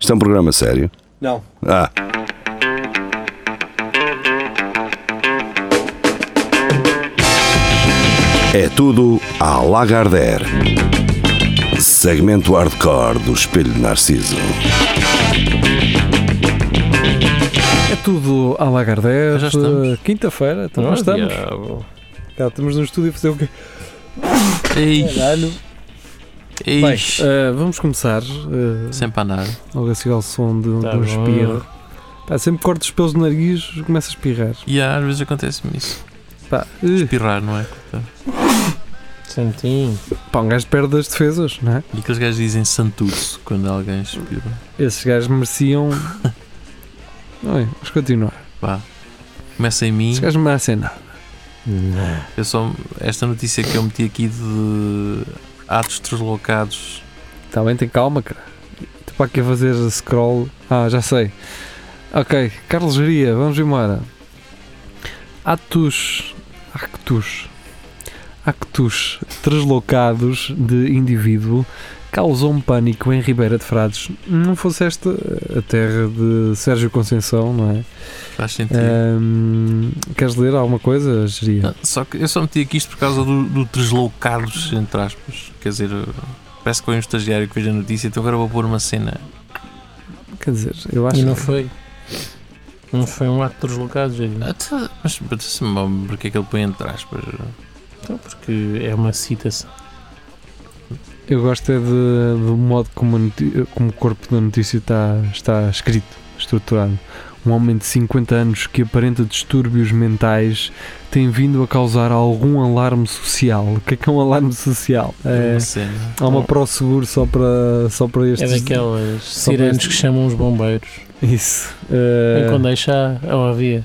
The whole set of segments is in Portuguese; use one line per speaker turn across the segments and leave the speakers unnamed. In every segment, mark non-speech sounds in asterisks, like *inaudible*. Isto é um programa sério.
Não.
Ah, é tudo à Lagardère. Segmento hardcore do Espelho de Narciso.
É tudo à Lagardère.
Já estamos.
Quinta-feira, então já estamos. Cá estamos no estúdio a fazer o quê?
Ei,
Caralho.
ei,
Bem, eh, vamos começar. eh,
Sempre a andar.
logo a seguir ao som de,
Tá
de um
bom.
espirro. Pá, sempre corto os pelos do nariz e começa a espirrar.
E há, às vezes acontece-me isso.
Pá, eh,
Espirrar, não é?
Santinho.
pá, um gajo perde as defesas, não é?
E aqueles gajos dizem santuço quando alguém espirra.
Esses gajos mereciam. Oi, vamos continuar.
Vá. Começa em mim.
Esses gajos não é? merecem nada.
Eu só, esta notícia que eu meti aqui de atos deslocados.
Está Tá bem, tem calma, cara. Estou para aqui a fazer scroll. Ah, já sei. Ok, Carlos Geria, vamos embora. Atos. Actos. Actos deslocados de indivíduo causou um pânico em Ribeira de Frades. Não fosse esta a terra de Sérgio Conceição, não é?
Faz sentido.
Ahm, queres ler alguma coisa,
Ah,
Geria?
Não, Só que eu só meti aqui isto por causa do, do deslocados, entre aspas. Quer dizer, parece que foi um estagiário que fez a notícia, então agora vou pôr uma cena.
Quer dizer, eu acho
E não
que-
foi. Não foi um ato deslocado, Jair.
Ah, tá, Mas, mas mas porque é que ele põe entre aspas?
Então, porque é uma citação.
Eu gosto é de- do modo como, a noti- como o corpo da notícia está, está escrito, estruturado. Um homem de 50 anos que aparenta distúrbios mentais tem vindo a causar algum alarme social. O que é que é um alarme social? É,
Uma cena.
há uma ProSeguro só para, só para
É
estes.
daquelas sirenes
este-
que chamam os bombeiros.
Isso.
Bem,
É,
Quando deixar, ou havia,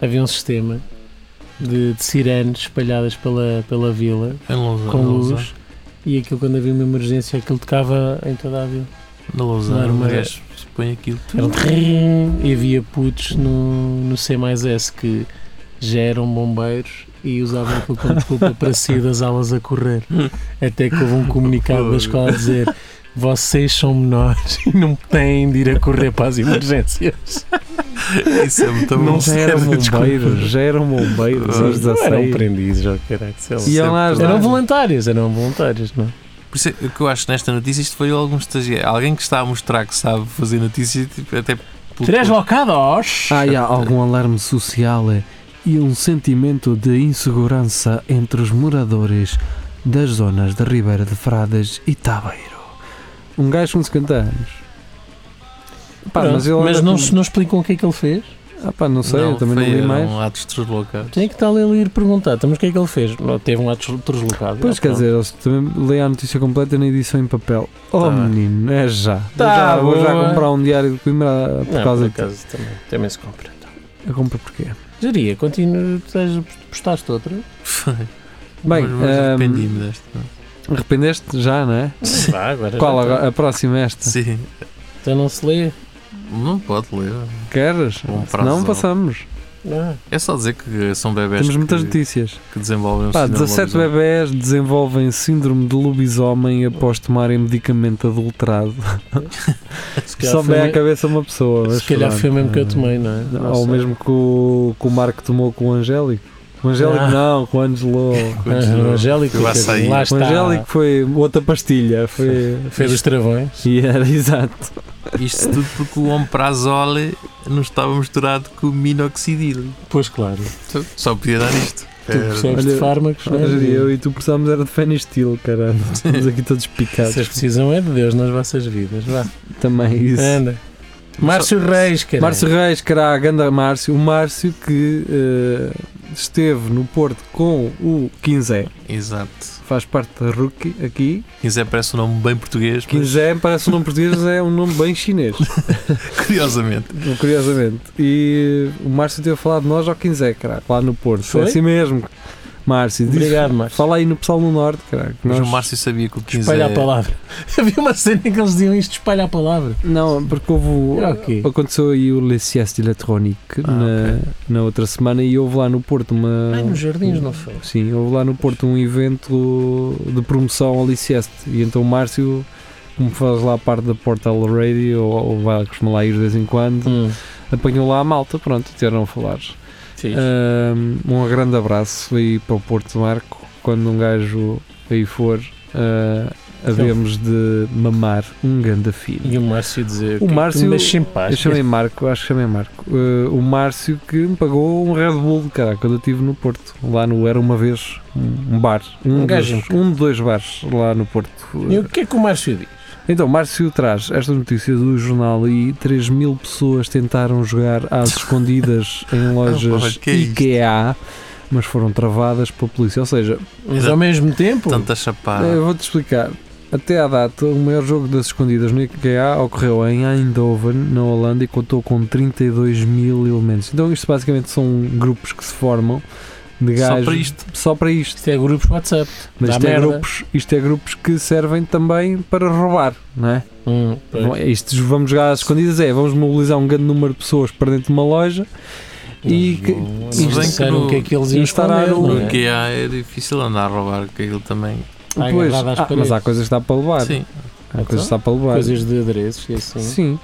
havia um sistema de, de sirenes espalhadas pela, pela vila,
Em Lousa-
com
na Lousã.
luz, e aquilo quando havia uma emergência, aquilo tocava em toda a vila.
Na
Não era
Lousã,
uma-
o gajo se põe aquilo.
Era um trrrrim, e havia putos no, no C mais S que já eram bombeiros e usavam aquilo como desculpa para sair das aulas a correr. Até que houve um comunicado da escola a dizer vocês são menores e não têm de ir a correr para as emergências.
*laughs* Isso é muito bom.
não já eram
desculpa.
bombeiros, já eram bombeiros aos
Não um eram
16.
aprendizes, ou caralho, sei lá.
E
Sempre
eram lá
Eram
ajudar.
voluntários, eram voluntários, não?
Por isso, o que eu acho nesta notícia, isto foi algum estagiário. Alguém que está a mostrar que sabe fazer notícias, tipo, até. pelo-
Três locados!
Ah, e há algum alarme social eh, e um sentimento de insegurança entre os moradores das zonas de Ribeira de Frades e Tabeiro. Um gajo com 50 anos. Pá,
Pronto,
mas ele anda
não,
com-
se- um não explicam o que é que ele fez?
Ah, pá, não sei, eu também não
foi- um
li mais.
eram atos *laughs* deslocados.
Tem que estar ali a ir perguntar, então, mas o que é que ele fez? Não, teve um ato deslocado.
Pois
Ah,
quer
pronto.
dizer, eles também leem a notícia completa na edição em papel. Oh
Tá bem.
menino, é já.
Tá
já vou já
boa.
comprar um diário de Coimbra ah, por
Não,
causa
por
de.
acaso também, também se compra. Então.
Eu compro porquê?
Geria, continua, tens- postaste outra?
Bem, ehm,
mas, mas
ahm,
arrependi-me desta.
Arrependeste já, não é?
Vá, agora
Qual
já
agora? A próxima é esta.
Sim,
está. Então não se lê?
não pode ler.
Queres?
Bom prazo.
Não passamos.
Não.
É só dizer que são bebés
Temos muitas
que,
notícias.
que desenvolvem um
Pá,
síndrome
17
lobisomem.
bebés desenvolvem síndrome de lobisomem após tomarem medicamento adulterado.
Se calhar,
Só
foi,
vem à
me-
cabeça uma pessoa. mas
se calhar
pronto.
foi mesmo que eu tomei, não é? Não
Ou
sei.
mesmo que o, que o Marco tomou com o Angélico. O Angélico
Ah.
não, com o Angelo.
Ah, o Angélico,
Eu
quer dizer,
açaí.
lá
O
está.
Angélico foi outra pastilha. Foi.
Foi dos travões.
E era, *laughs* exato.
Isto tudo porque o omeprazole não estava misturado com o minoxidil.
Pois claro,
Só- Só podia dar isto.
tu percebes
Olha,
de fármacos, não é?
Mas eu e tu precisámos era de fenistil,
*laughs*
caralho. Estamos aqui todos picados.
Vocês precisam é de Deus nas vossas vidas, vá.
Também É isso.
Anda. Márcio Reis, cara.
Márcio Reis, cará, ganda Márcio. O Márcio que eh, esteve no Porto com o Quinzé,
Exato.
faz parte da Rookie aqui.
Quinzé parece um nome bem português, mas
Quinzé parece um nome português, mas é um nome bem chinês,
curiosamente.
curiosamente. E eh, o Márcio teve a falar de nós ao Quinzé, cará, lá no Porto.
Foi?
É assim mesmo, Márcio. Diz-
Obrigado, Márcio.
Fala aí no pessoal do Norte, cará. que
Mas
nós-
o Márcio sabia que o é Quinzé.
Espalha a palavra. *laughs* Havia uma cena em que eles diziam isto, espalha a palavra.
Não, porque houve. o-
Era o quê?
Aconteceu aí o Le Sieste Electronique
Ah,
na, na outra semana e houve lá no Porto uma.
Ai, nos jardins, não foi?
Sim, houve lá no Porto um evento de promoção ao Liceste e então o Márcio como faz lá parte da Portal Radio, ou, ou vai costuma lá ir de vez em quando,
Hum,
apanhou lá a malta, pronto, tiveram a falar.
Sim.
Ahm, um grande abraço aí para o Porto Marco, quando um gajo aí for, ah, havemos de mamar um ganda filho.
E o Márcio dizer.
O
"Que-
Márcio-
Mas sem paz.
Eu
é.
chamei Marco, acho que chamei Marco. Eh, o Márcio que me pagou um Red Bull, cara, quando eu estive no Porto. Lá no Era uma vez, um um bar. Um,
Um gajo.
dos, um de dois bares lá no Porto.
E o que é que o Márcio diz?
Então, Márcio traz esta notícia do jornal e 3 mil pessoas tentaram jogar às escondidas
*laughs*
em
rapaz,
lojas
que é isto?
IKEA, mas foram travadas pela polícia. Ou seja,
Mas ao mesmo tempo.
Tanta chapada.
eu vou-te explicar. Até à data, o maior jogo das escondidas no IKEA ocorreu em Eindhoven, na Holanda, e contou com 32 mil elementos. Então, isto basicamente são grupos que se formam de
Só
gajos.
para isto.
Só para isto.
Isto é grupos WhatsApp.
Mas
Dá
isto é,
merda.
grupos, isto é grupos que servem também para roubar, não é?
Hum, pois.
Não é? Isto, vamos jogar às escondidas, é, vamos mobilizar um grande número de pessoas para dentro de uma loja e
Mas
que-
não-
isto-
não disseram
no-
o que é que eles iam
instalaram
esconder,
um-
não é?
No IKEA é difícil andar a roubar aquilo também.
Está
depois,
agarrado às
ah, mas há
paredes. Então,
coisas que dá para levar.
Sim.
Há coisas que dá para levar.
coisas de adereços e assim.
Sim.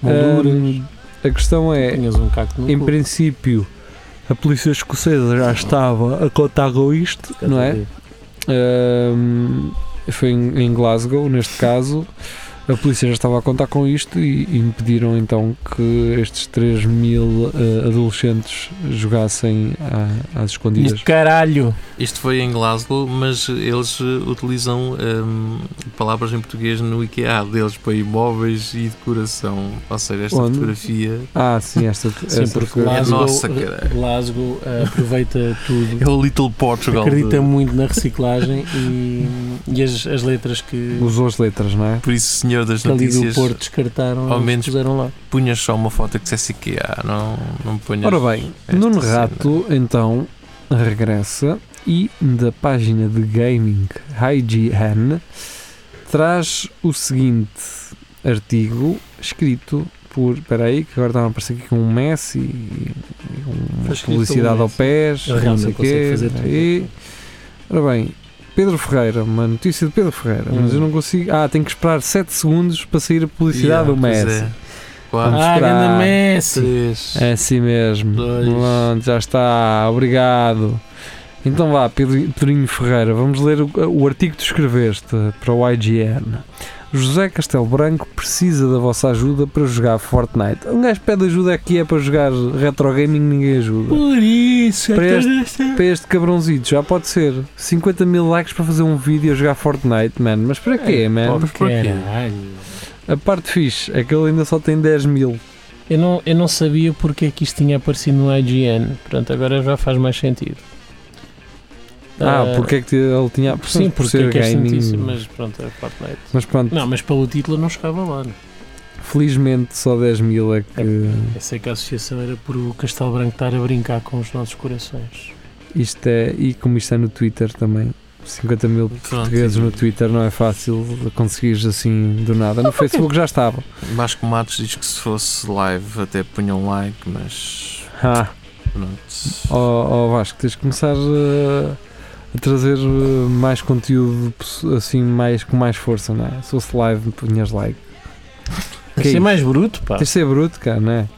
molduras.
Hum, a questão é,
Tinhas um cacto no
em
cu.
princípio, a polícia escocesa já estava a contar com isto, não é? Hum, foi em, em Glasgow, neste caso. A polícia já estava a contar com isto e e impediram então que estes 3 mil eh, adolescentes jogassem à- às escondidas.
Isto caralho.
Isto foi em Glasgow, mas eles eh, utilizam hum, palavras em português no IKEA deles para imóveis e decoração. Ou seja, esta
Onde?
fotografia
Ah, sim, esta.
Sim,
esta
porque
figura-
lá-
Glasgow,
nossa, caralho.
Glasgow eh, aproveita
é
tudo.
o Little Portugal.
Acredita
de-
muito na reciclagem e, e as, as letras que,
Usou as letras, não é?
Por isso, senhor das
que ali do
notícias,
Porto descartaram
ao
eles
menos-
puseram lá.
punhas só uma foto que dissesse IKEA, não, não punhas.
Ora bem,
esta
Nuno
cena.
Rato então regressa e da página de gaming IGN traz o seguinte artigo escrito por. Espera aí, que agora estava a aparecer aqui com um Messi e uma
Foi escrito
publicidade
pelo
ao
Messi.
pés,
Ele
não sei o
realmente consegue
quê. né?
fazer tudo.
espera aí. Ora bem. Pedro Ferreira, uma notícia de Pedro Ferreira, mas
Hum.
eu não consigo. Ah, tenho que esperar 7 segundos para sair a publicidade
Yeah,
do
pois
Messi.
é. Quatro,
Vamos
ah,
esperar.
grande Messi!
três.
É assim mesmo.
Dois.
Pronto, já está. Obrigado. Então vá, Pedro- Pedrinho Ferreira, vamos ler o, o artigo que tu escreveste para o IGN. José Castelo Branco precisa da vossa ajuda para jogar Fortnite. Um gajo pede ajuda aqui é para jogar retro gaming, ninguém ajuda.
Por isso,
Para
então
este-
esta-
Para este cabrãozinho, já pode ser. 50 mil likes para fazer um vídeo a jogar Fortnite, mano. Mas para
É,
quê, mano?
Mas porquê?
Caralho.
A parte fixe é que ele ainda só tem 10 mil.
Eu não, eu não sabia porque é que isto tinha aparecido no IGN. Pronto, agora já faz mais sentido.
Ah, porque é que ele tinha. Por
Sim, porque
ser
é que esta
gaming.
notícia, mas pronto, é Fortnite.
Mas pronto,
Não, mas pelo título eu não chegava lá. né? Não.
Felizmente só 10 mil é que
Eu sei que a associação era por o Castelo Branco estar a brincar com os nossos corações.
isto é. E como isto é no Twitter também, 50 mil
Pronto,
portugueses
sim.
no Twitter não é fácil de conseguires assim do nada. No Facebook já estava.
Vasco Matos diz que se fosse live até punha um like, mas
Ah,
pronto.
oh, oh Vasco, tens de começar uh, a trazer uh, mais conteúdo poss- assim, mais, com mais força, não é? Se fosse live, me punhas like. Que
Tem
é
ser
isso?
mais bruto, pá.
Tens de ser bruto, cara, não é?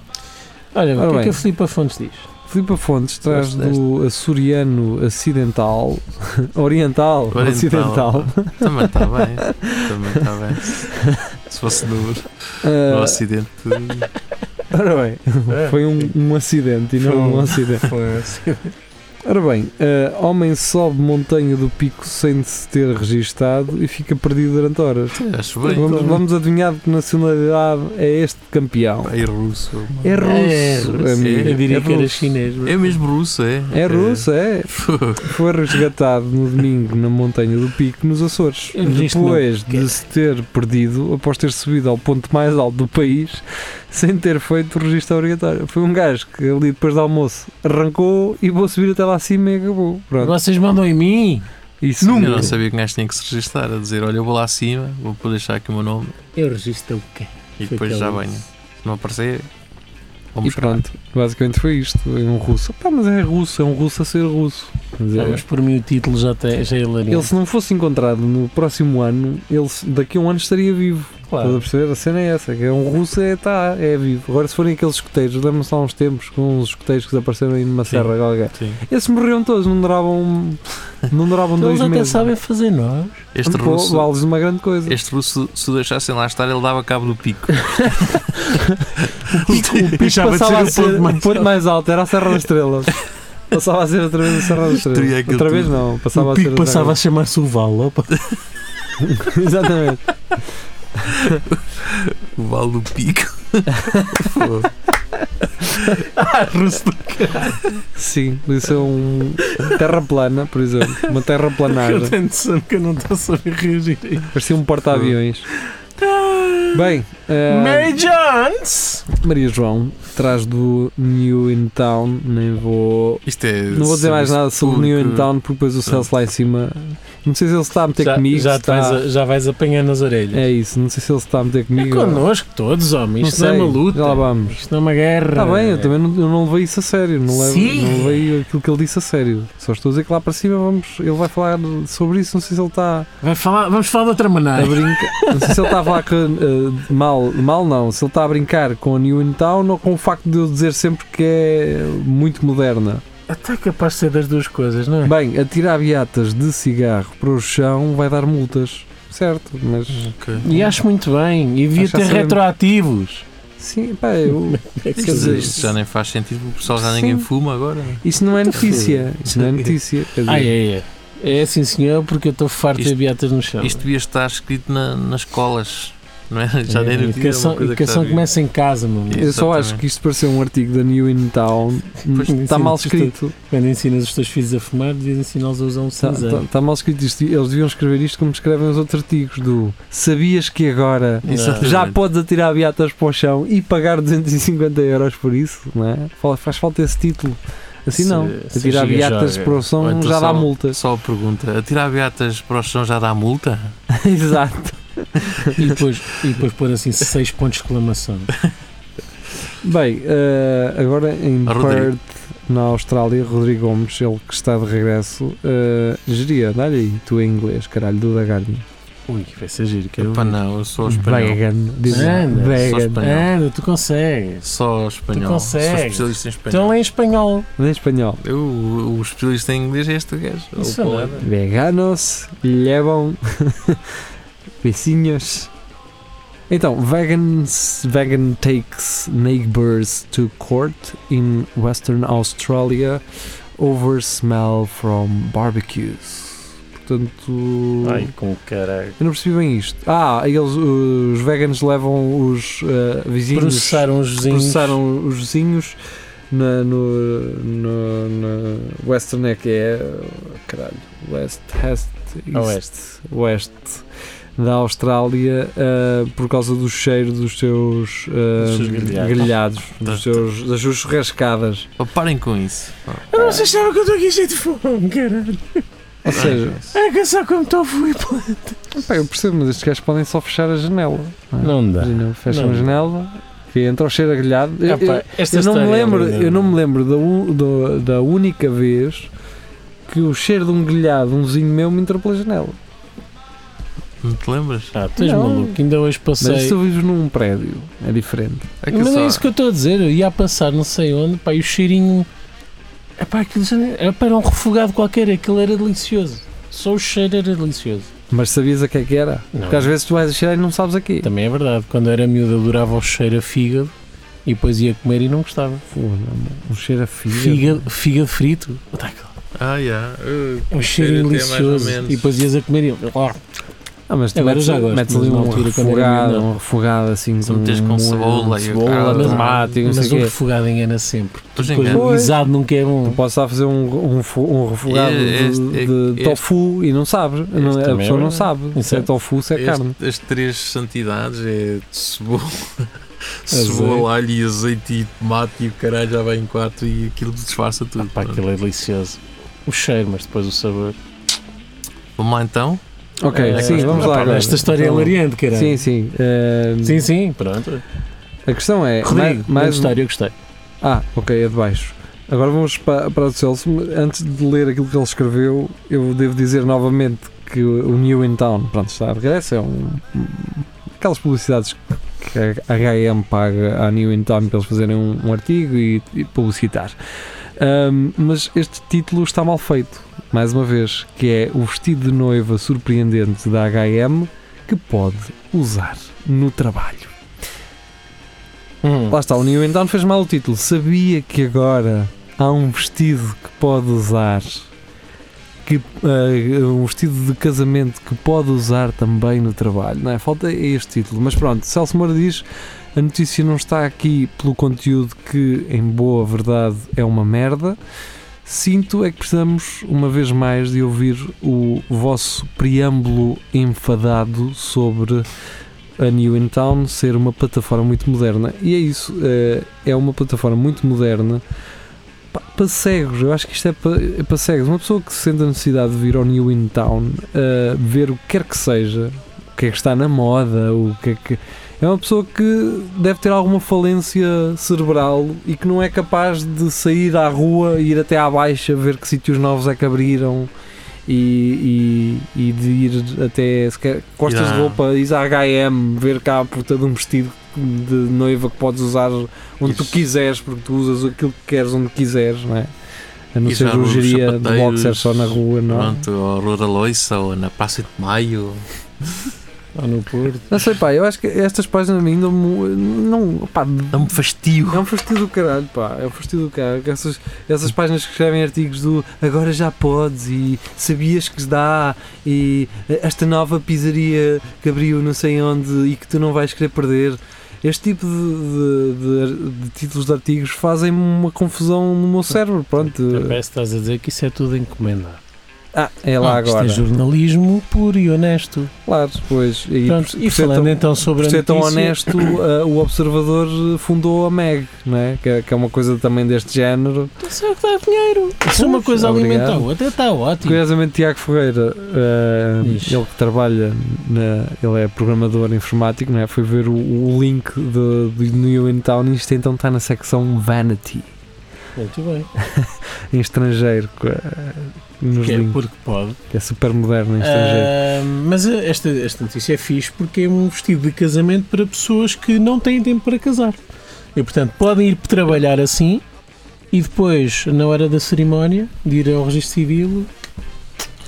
Olha,
Ora
o que é que
bem.
a Filipa Fontes diz?
Filipe Fontes traz
Gosto desta.
do açoriano acidental, *laughs* oriental,
Oriental.
ocidental.
Também está bem. Também está bem. Se fosse no, no
Uh,
Ocidente.
Ora bem, *laughs* foi um, um acidente e
*laughs* Foi
não
um-
um acidente. Ora bem, eh, homem sobe montanha do pico sem se ter registado e fica perdido durante horas.
Acho bem. Tá
Vamos, vamos adivinhar de que nacionalidade é este campeão.
É russo.
É russo,
russo.
amigo.
Eu diria
é
que era
russo.
chinês. bro.
É mesmo russo, é?
É russo,
*laughs*
é. Foi resgatado no domingo na montanha do pico, nos Açores.
Eu registro
Depois
não. é?
de se ter perdido, após ter subido ao ponto mais alto do país, sem ter feito o registro obrigatório. Foi um gajo que ali depois do almoço arrancou e vou subir até lá acima e acabou. Pronto.
Vocês mandam em mim?
Isso
Eu não sabia que um gajo tinha que se registrar, a dizer, olha, eu vou lá acima, vou pôr deixar aqui o meu nome
Eu registro o quê?
e
Foi
depois
aquele
já
russo.
venho. Se não aparecer,
E
vamos
pronto, basicamente foi isto. É um russo. Pá, mas é russo, é um russo a ser russo. Mas
Ah,
é-
mas por mim o título já, tem, já é hilariante.
Ele, se não fosse encontrado no próximo ano, ele se- daqui a um ano estaria vivo. Estás a
Claro.
perceber? A cena é essa, que é um russo é, tá, é vivo. Agora se forem aqueles escoteiros, lembram-se há uns tempos com uns escoteiros que desapareceram aí numa serra qualquer.
Sim.
Esses morriam todos, não duravam, um,
*laughs*
não duravam
Eles
dois
até
meses.
sabem fazer é?
*laughs*
nós.
Este
Pô,
russo,
vales uma grande coisa.
este russo, se o deixassem lá estar, ele dava cabo do pico.
O pico, o pico
Deixava de
Tipo, passava
ser
a
o ponto
ser assim.
mais
o ponto mais alto, era a Serra da Estrela. Passava a ser outra vez a Serra da
Destruía
Estrela.
aquilo
Outra vez
tudo.
não, passava
o
a ser
pico
outra
passava a
vez.
chamar-se o Val. opa.
*laughs* Exatamente.
O vale do
*laughs*
pico. Fogo.
Sim, isso é um terra plana, por exemplo. Uma terra
Eu
planada.
tenho noção que eu não estou a saber reagir. a isto.
Parecia um porta-aviões.
Ah!
Bem, eh,
Mary Jones!
Maria João, traz do New in Town, nem vou.
Isto é.
Não vou dizer mais nada sobre o New in
público.
Town, porque depois o Celso lá em cima. Não sei se ele se está a meter
já,
comigo.
já,
se
te vais
está-
a- já vais apanhar nas orelhas.
É isso, não sei se ele se está a meter
É
comigo.
connosco todos, homem.
não
Isto não,
sei,
é uma luta.
Já lá vamos.
Isto não é uma guerra.
Está bem, eu também não, eu não levei isso a sério, não levo-
Sim.
não levei aquilo que ele disse a sério. Só estou a dizer que lá para cima vamos, ele vai falar sobre isso, não sei se ele está.
Vai falar, vamos falar de outra
a
maneira.
brincar. Não sei se ele está a falar com, eh, mal, mal não, se ele está a brincar com a New In Town ou com o facto de eu dizer sempre que é muito moderna.
Até capaz de ser das duas coisas, não é?
Bem, atirar beatas de cigarro para o chão vai dar multas, certo? Mas
Ok.
E acho muito bem. E devia
Acho
ter
essa-
retroativos.
sim, pá, eu-
Quer dizer, isto já nem faz sentido, porque o pessoal já ninguém
Sim.
fuma agora. né?
isso não é
Então
notícia. Isso não é notícia. Quer dizer,
Ah, é, é. É assim, senhor, porque eu estou farto de
Isto-
beatas no chão.
Isto devia estar escrito na- nas escolas, não é? Já
É,
nem
a
notícia. é
educação,
uma coisa que
educação
já vi.
começa em casa, meu amigo.
Eu só acho
exatamente.
que isto pareceu um artigo da New In Town.
Pois,
Está
tá
sim,
mal
isto- é
escrito.
Quando ensinas os teus filhos a fumar, devias ensiná-los a usar
Tá,
um
Está
cinzeiro.
tá, mal escrito isto. Eles deviam escrever isto como escrevem os outros artigos do Sabias que agora
Exatamente.
já podes atirar beatas para o chão e pagar 250 euros por isso, não é? Fa- Faz falta esse título.
tá.
Assim
Se-
não.
se
Atirar
giga
beatas
joga.
para o
Ou
chão
então
já dá
só- *laughs*
multas.
Só a pergunta: atirar beatas para o chão já dá multa?
Exato.
E depois, e depois pôr assim seis pontos de exclamação.
Bem, eh, agora em
Rodrigo.
Perth, na Austrália, Rodrigo Gomes, ele que está de regresso, eh, geria, dá-lhe aí, tu em inglês, caralho, do da Garden.
Ui, vai ser giro. Quero
Pá,
ver.
não, eu sou espanhol.
Vegan, diz
Anda,
só
vegan.
espanhol.
Anda, tu consegues.
Só espanhol.
Tu
Sou
consegues.
especialista em
Então
espanhol.
lê em espanhol.
Em espanhol.
Eu, o, o especialista em inglês é este gajo. é o
Isso é
Palermo.
nada.
Veganos levam *laughs* vizinhos. Então, vegans, vegan takes neighbors to court in Western Australia over smell from barbecues. Portanto,
com caralho.
eu não percebi bem isto. Ah, eles, os veganos levam os eh, vizinhos
Processaram os vizinhos.
processaram os vizinhos na, no, no, na Western é que é caralho, West, West, East, West da Austrália ah, por causa do cheiro dos seus, ah,
Dos seus grelhados.
grelhados,
*laughs*
dos seus, das suas rascadas.
Pá, Parem com isso. Pá,
Eu não sei se estava que eu estou aqui cheio de fome, caralho.
Ou
parem
seja,
com isso.
É que só como tofu e
pá, eu percebo, mas estes gajos podem só fechar a janela. não é?
Não dá.
Imagina, fecham
Não.
a janela que entra o cheiro a grelhado. Eu- eu-
esta
Eu não, me
história é
lembro,
linda,
eu não
mano.
me lembro da, u- do- da única vez que o cheiro de um grelhado, um vizinho meu, me entrou pela janela.
Não te lembras?
Ah, tu és
Não.
maluco. Ainda hoje
Mas
passei.
se tu vives num prédio, é diferente.
É que
Mas
só-
é isso que eu estou a dizer, eu ia a passar não sei onde, pá, e o cheirinho. Epá, aquilo já nem- epá, era um refogado qualquer, aquilo era delicioso. Só o cheiro era delicioso.
Mas sabias a que é que era? Porque às vezes tu vais a cheirar e não sabes aqui.
Também é verdade, quando eu era miúdo adorava o cheiro a fígado e depois ia comer e não gostava.
um cheiro a fígado.
Fígado, fígado frito, Tá,
Ah, yeah. Eu-
um
até é
cheiro
mais ou
delicioso.
menos.
E depois ias a comer e. Oh,
Ah, mas tu
Agora
metes,
já gosto,
metes
mas
ali
na
um
altura, quando era
refogado,
menor.
um refogado assim
Se metes com
molho,
cebola e
cebola,
caralho.
tomate, e não sei
mas
o
o é,
quê.
refogado engana sempre.
Hoje em
Depois
dia-
o guisado nunca é
Tu
bom.
podes estar a fazer um, um, fo- um refogado
É,
Este-
de,
este-
de
este-
tofu e não sabes. Não-
também
a
é
pessoa não
verdade.
sabe se é
Exato.
tofu, se é
Este-
carne.
As três santidades é cebola, *laughs* cebola, alho e azeite e tomate e o caralho já vai em quatro e aquilo disfarça
Ah,
tudo.
pá, aquilo é delicioso. O cheiro, mas depois o sabor.
Vamos lá então?
Ok,
É,
sim,
é,
vamos
pá,
lá. agora.
Esta história
Então,
é hilariante, caralho.
Sim, sim. ehm,
Sim, sim, pronto.
A questão é.
Rodrigo,
mais, mais
eu gostei, eu gostei.
Ah, ok, é de baixo. Agora vamos para, para o Celso. Antes de ler aquilo que ele escreveu, eu devo dizer novamente que o New in Town pronto, está de regresso. É um, um- aquelas publicidades que a HM paga à New in Town para eles fazerem um, um artigo e, e publicitar. Ahm, mas este título está mal feito, mais uma vez, que é o vestido de noiva surpreendente da HM que pode usar no trabalho.
Hum.
Lá está, o New In Town fez mal o título. Sabia que agora há um vestido que pode usar, que, ah, um vestido de casamento que pode usar também no trabalho. Não é? Falta este título. Mas pronto, Celso Moura diz: a notícia não está aqui pelo conteúdo que, em boa verdade, é uma merda. Sinto é que precisamos, uma vez mais, de ouvir o vosso preâmbulo enfadado sobre a New In Town ser uma plataforma muito moderna. E é isso, eh, é uma plataforma muito moderna pa- para cegos. Eu acho que isto é pa- é para, cegos. Uma pessoa que sente a necessidade de vir ao New In Town eh, ver o que quer que seja, o que é que está na moda, o que é que. É uma pessoa que deve ter alguma falência cerebral e que não é capaz de sair à rua, ir até à baixa, ver que sítios novos é que abriram e, e- e de ir até sequer, costas
Ir à-
de roupa, ir à HM, ver cá a porta de um vestido de noiva que podes usar onde tu
Isso.
quiseres, porque tu usas aquilo que queres onde quiseres, não é? A não
Isso
ser
já nos
rogeria de
sapateiros,
boxer só na rua, não. é?
Pronto, ou Rura Loiça, ou na Praça de Maio.
Ou no Porto.
Não sei, pá, eu acho que estas páginas ainda me- não, pá,
Dá-me fastio.
É um fastidio do caralho, pá. É um fastidio do caralho. Que Essas, essas páginas que escrevem artigos do agora já podes e sabias que dá e eh, esta nova pizzaria que abriu não sei onde e que tu não vais querer perder. Este tipo de, de- de- de títulos de artigos fazem-me uma confusão no meu cérebro, pronto.
Parece que estás a dizer que isso é tudo encomenda.
Ah, é lá
Ah,
agora.
Isto é jornalismo puro e honesto.
Claro, pois. E,
Pronto,
por-
e
por ser
falando
tão-
então sobre
Por
a
ser tão
notícia-
honesto, ah, o Observador fundou a MEG, não é? Que, é- que é uma coisa também deste género.
Então, se é que dá dinheiro. Se uma coisa
Obrigado.
alimenta a outra, está ótimo.
Curiosamente, Tiago Ferreira, eh,
Diz.
ele que trabalha, na, ele é programador informático, não é? Foi ver o, o link do de New In Town e isto então está na secção Vanity,
Muito bem.
em estrangeiro, co- eh, nos
Que é
links,
porque pode.
que é super moderno em estrangeiro.
Ah, mas eh, esta, esta notícia é fixe porque é um vestido de casamento para pessoas que não têm tempo para casar. E portanto podem ir trabalhar assim e depois, na hora da cerimónia, de ir ao registro civil,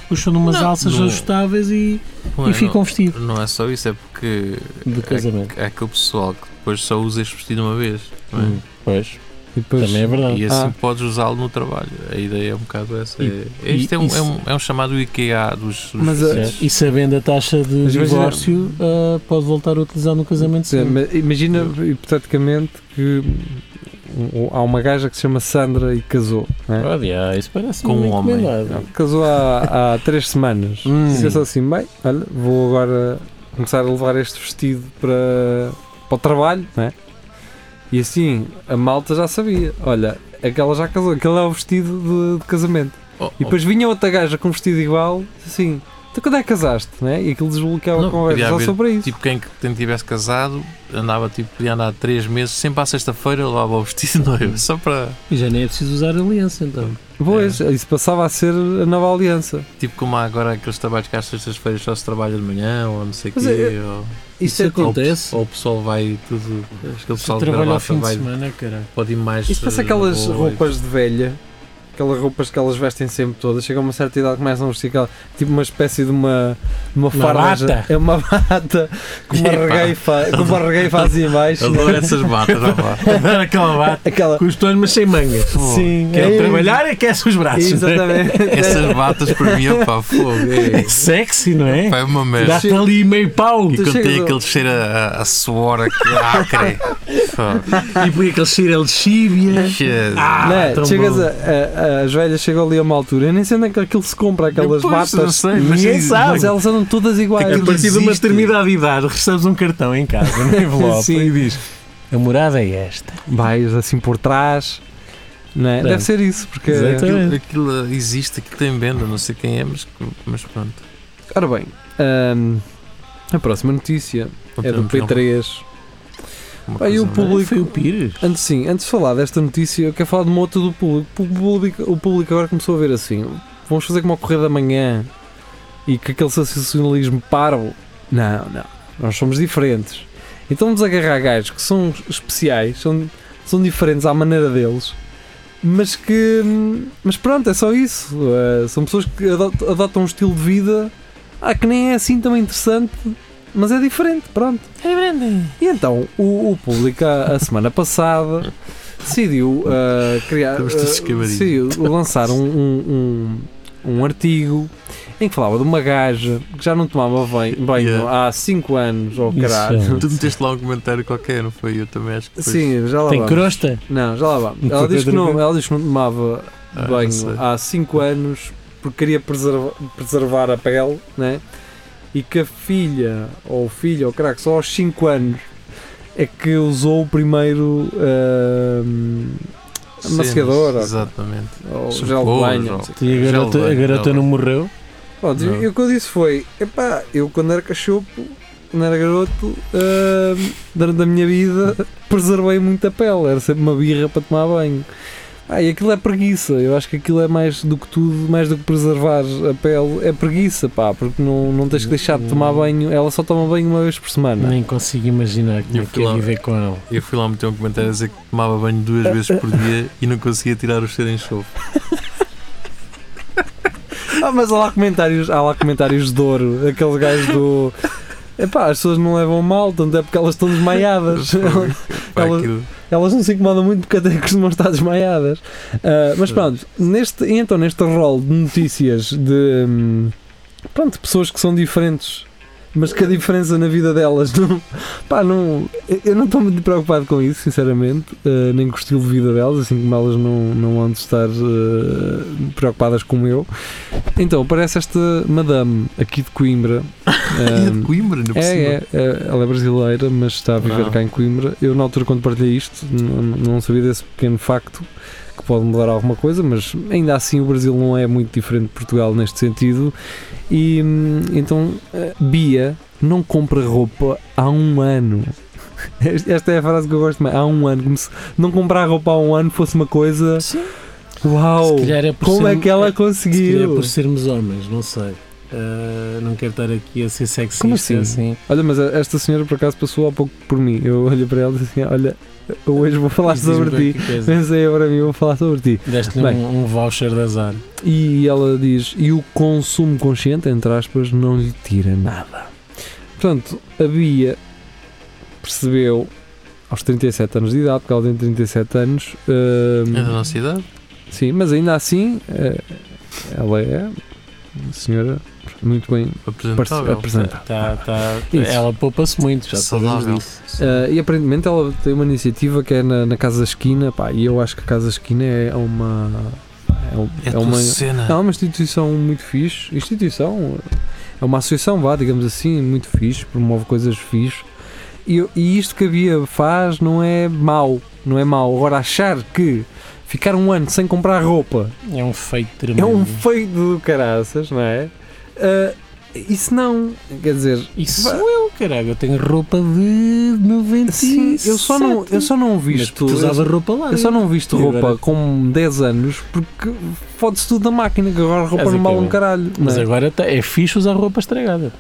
puxam de umas
Não,
alças
não.
ajustáveis e,
Não
e
é,
ficam vestidos
não, não é só isso, é porque
de casamento.
é aquele pessoal que depois só usa este vestido uma vez. não é?
Hum, pois,
E depois,
também é verdade.
E assim
Ah.
podes usá-lo no trabalho. A ideia é um bocado essa.
E-
é, este
e
é, um, é,
isso-
um, é um chamado IKEA dos, dos
Mas, ah,
vestidos.
é Certo. E sabendo a taxa de
Mas imagina-
divórcio, ah, pode voltar a utilizar no casamento.
Sim,
seguinte.
mas imagina hipoteticamente que hum, há uma gaja que se chama Sandra e casou, não é?
Oh, yeah, isso parece
Com um homem.
Não, casou há, há três semanas.
Hum.
E pensou assim: bem, olha, vou agora começar a levar este vestido para, para o trabalho, não é? E assim, a malta já sabia: olha, aquela já casou, aquele é o vestido de, de casamento.
Oh,
E depois vinha outra gaja com um vestido igual, disse assim: então quando é que casaste? Não é? E aquilo desbloqueava
Não,
a conversa
podia
só
haver
sobre
oh,
isso.
tipo, quem que quem tivesse casado andava tipo, podia andar três meses, sempre à sexta-feira levava o vestido de noiva, só para.
E já nem é preciso usar aliança então.
Pois,
é.
isso passava a ser a nova aliança.
Tipo como há agora aqueles trabalhos que às sextas-feiras só se trabalha de manhã, ou não sei o quê.
Mas é-
ou,
Isso
ou-
acontece.
Ou, o pessoal vai tudo. Acho que o pessoal de
trabalho ao
gravata
fim de
vai.
semana, caralho.
*laughs*
Pode ir mais.
Isso parece
eh,
aquelas
boa.
roupas de velha, aquelas roupas que elas vestem sempre todas, chega a uma certa idade que mais não vestir aquela, tipo uma espécie de uma, de uma,
Uma
farda,
bata.
é uma bata com uma
Epá.
regueifa, com uma regueifa assim em baixo,
Adoro essas batas, rapaz.
Dar aquela bata
*laughs* aquela,
com os tons, mas sem manga.
sim,
Quer
é-
trabalhar e aquece os braços.
*laughs*
exatamente,
Essas batas para mim, pá, fogo.
É
É,
sexy, não é?
pá, é uma merda.
Dá-te ali meio pau.
E
Tu
quando
chegas
tem
ao-
aquele cheiro a, a suor aqui, a acre.
*laughs*
Pô,
E põe aquele cheiro a lexívia.
shit.
Ah,
Não é?
tão
chegas
bom.
a, a- as velhas chegam ali a uma altura, eu nem sei onde é que aquilo se compra, aquelas
Pois, não
batas,
sei, mas
Ninguém sabe.
mas elas andam todas iguais.
é A partir de
existe.
uma determinada idade, recebes um cartão em casa, no envelope,
*laughs* Sim.
e diz: A morada é esta.
Vais assim por trás, não é?
Pronto.
deve ser isso, porque
Exatamente.
Aquilo, aquilo existe, aquilo tem venda, não sei quem é, mas, mas pronto.
Ora é
Então,
bem, ahm, a próxima notícia é do P3.
um Uma
Pá, e
coisa
o
mais.
público-
Foi o Pires.
Antes sim, antes de falar desta notícia, eu quero falar de uma outra do público. O público, o público agora começou a ver assim: vamos fazer como ao correr da manhã e que aquele sensacionalismo parvo. Não, não. Nós somos diferentes. Então vamos agarrar gajos que são especiais, são, são diferentes à maneira deles, mas que. Mas pronto, é só isso. Eh, são pessoas que adot- adotam um estilo de vida ah, que nem é assim tão interessante, mas é diferente. Pronto. E então, o, o público, a, a semana passada, decidiu uh, criar.
Estamos todos
uh,
escamadinhos.
decidiu lançar um, um, um, um artigo em que falava de uma gaja que já não tomava bem- banho
Yeah.
há 5 anos ou
Isso
caralho.
é.
Tu meteste lá um comentário qualquer, não foi? Eu também acho que foi.
Sim, já lá
Tem
vamos.
crosta?
Não, já
*laughs*
lá vamos.
Nunca
Ela diz, que
pedra
não,
verde.
ela diz que não tomava
Ah, não sei.
banho há 5 anos porque queria preserva- preservar a pele, né? E que a filha, ou o filho, ou craque, só aos 5 anos é que usou o primeiro ah, ahm,
Cenas,
Ah, amaciador ou-
Exatamente.
ou
Shampoo,
gel de banho.
ou-
não sei.
E a
Já
garota,
levei,
a garota
já
não
levei.
morreu?
Pronto,
Não.
e o que eu disse foi: epá, eu quando era cachopo, quando era garoto, ahm, durante a minha vida *laughs* preservei muita pele, era sempre uma birra para tomar banho. Ah, e aquilo é preguiça, eu acho que aquilo é mais do que tudo, mais do que preservar a pele, é preguiça, pá, porque não, não tens que deixar de tomar banho, ela só toma banho uma vez por semana.
Nem consigo imaginar como
Eu
é que
fui
é
lá-
viver com ela.
Eu fui lá meter um comentário a dizer que tomava banho duas vezes por dia e não conseguia tirar o cheiro em enxofre.
Ah, mas há lá comentários, há lá comentários de ouro, aquele gajo do. Epá, as pessoas não levam mal, tanto é porque elas estão desmaiadas.
Pá,
Ela-
aquilo-
Elas não se incomodam muito porque até *laughs* costumam estar desmaiadas. Ah, mas pronto, neste, então neste rol de notícias de hum, pronto, de pessoas que são diferentes, mas que a diferença na vida delas não. Pá, não eu- eu não estou muito preocupado com isso, sinceramente, ah, nem com o estilo de vida delas, assim como elas não, não hão de estar ah, preocupadas como eu. Então, aparece esta madame aqui de Coimbra.
Ilha
hum,
de Coimbra, ainda por cima.
é, é, é, ela é brasileira, mas está a viver
Ah.
cá em Coimbra. Eu, na altura, quando partilhei isto, n- n- não sabia desse pequeno facto que pode mudar alguma coisa, mas ainda assim o Brasil não é muito diferente de Portugal neste sentido. E hum, então, eh, Bia não compra roupa há um ano. *laughs* Esta é a frase que eu gosto mais. Há um ano, como se não comprar roupa há um ano fosse uma coisa.
Sim.
Uau!
Se calhar é por
Como é
sermos-
que ela
se calhar é
conseguiu?
por sermos homens, não sei. Ah, não quero estar aqui a ser sexista.
Como assim?
assim.
Olha, mas a- esta senhora por acaso passou há pouco por mim. Eu olhei para ela e disse assim: Olha, eu hoje
*laughs*
vou falar
Diz-me
sobre ti.
qualquer coisa.
Pensei agora a mim, vou falar sobre ti.
Deste-lhe
Bem.
um, um voucher de azar.
E ela diz: E o consumo consciente, entre aspas, não lhe tira nada. Portanto, a Bia percebeu aos 37 anos de idade, porque ela tem 37 anos. hum,
É da nossa idade.
sim, mas ainda assim, eh, ela é uma senhora muito bem parce-
Apresentável.
apresentada.
Tá, tá,
Isso.
ela poupa-se muito, já sabemos
Saudável.
disso.
Ah, e aparentemente ela tem uma iniciativa que é na, na Casa da Esquina, pá, e eu acho que a Casa da Esquina é uma. É, um-
É,
é
a tua
uma,
cena.
é uma instituição muito fixe. Instituição. É uma associação, vá, digamos assim, muito fixe, promove coisas fixe. E, eu- e isto que a Bia faz não é mau, não é mau. Agora, achar que ficar um ano sem comprar roupa
É um feito
é
tremendo.
um feio do caraças, não é? Ah, isso não, quer dizer,
Isso sou eu, caralho. Eu tenho roupa de 90
sim, eu só não, eu só não visto.
é Tu usava roupa lá.
Eu só não visto
E
roupa
agora?
com 10 anos porque fode-se tudo da máquina, que agora a roupa não vale um
Basicamente.
caralho.
Mas
não é?
agora tá- é fixe usar roupa estragada.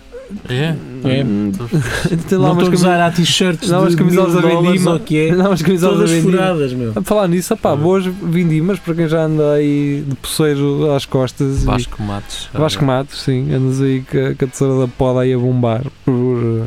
É?
É.
Hum,
Então,
*laughs* Tem lá
não estou
umas
a
camisolas.
usar há t-shirts
Não, as
de
camisolas
mil
da
dólares
Vendima.
ou o
*laughs*
que é.
Não, as camisolas da
Todas
vendima.
furadas, Uhum. meu.
A falar nisso, opá,
Hum.
boas vindimas para quem já anda aí de poceiro às costas. e-
Vasco Matos.
tá
Vasco Matos, sim, andas aí com a, com a tesoura da poda aí a bombar. Por, eh,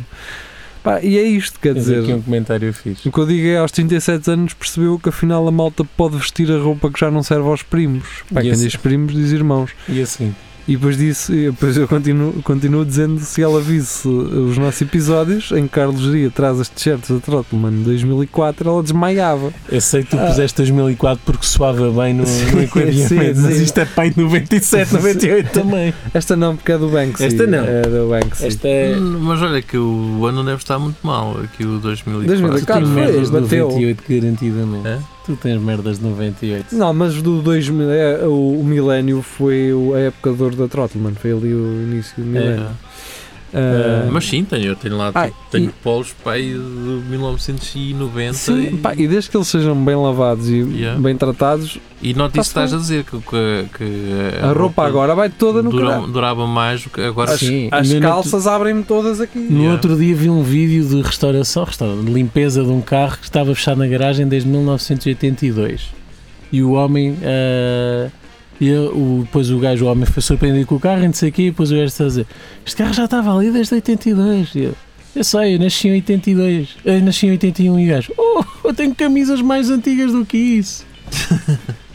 pá, e é isto, quer
Tens
dizer.
aqui um comentário fixe.
O que eu digo é, aos 37 anos percebeu que afinal a malta pode vestir a roupa que já não serve aos primos. Pá,
E
quem
esse-
diz primos diz irmãos.
E assim,
E depois disso, e depois eu continuo, continuo dizendo se ela visse os nossos episódios em que Carlos Dia traz as t-shirts da Trotman de 2004, ela desmaiava.
eu sei que tu puseste 2004 porque soava bem no,
Sim,
no enquadramento,
sim,
mas
sim.
isto é pai de 97, 98 também.
Esta não, porque é do Banksy.
Esta não.
É do Banksy.
Esta é.
Hum, Mas olha que o ano deve estar muito mal, aqui o 2004.
2004 Claro,
tu tens
foi,
merdas de
bateu.
98 garantidamente.
É?
Tu tens merdas de 98.
Não, mas do 2000, é, o, o milénio foi o- a época de ouro da Trotman, foi ali o início do milénio.
É.
Ah,
Mas sim, tenho, eu tenho lá
Ah,
tipo, tenho
e-
polos pai de 1990
Sim,
e,
pá, e desde que eles sejam bem lavados e
Yeah.
bem tratados,
e não disso
tá-se
estás a dizer que, que- que
a roupa agora vai toda no
dura-
caralho.
durava mais do que agora.
As,
Sim,
as
ainda no
calças abrem-me todas aqui.
No
Yeah.
outro dia vi um vídeo de restauração, restauração, de limpeza de um carro que estava fechado na garagem desde 1982. E o homem. ah, e eu- o, depois o gajo, o homem foi surpreendido com o carro e não sei o quê, e depois o gajo está a dizer: Este carro já estava ali desde 82. E eu, eu sei, eu nasci em 82. Eu nasci em 81 e o gajo: Oh, eu tenho camisas mais antigas do que
*laughs*
isso.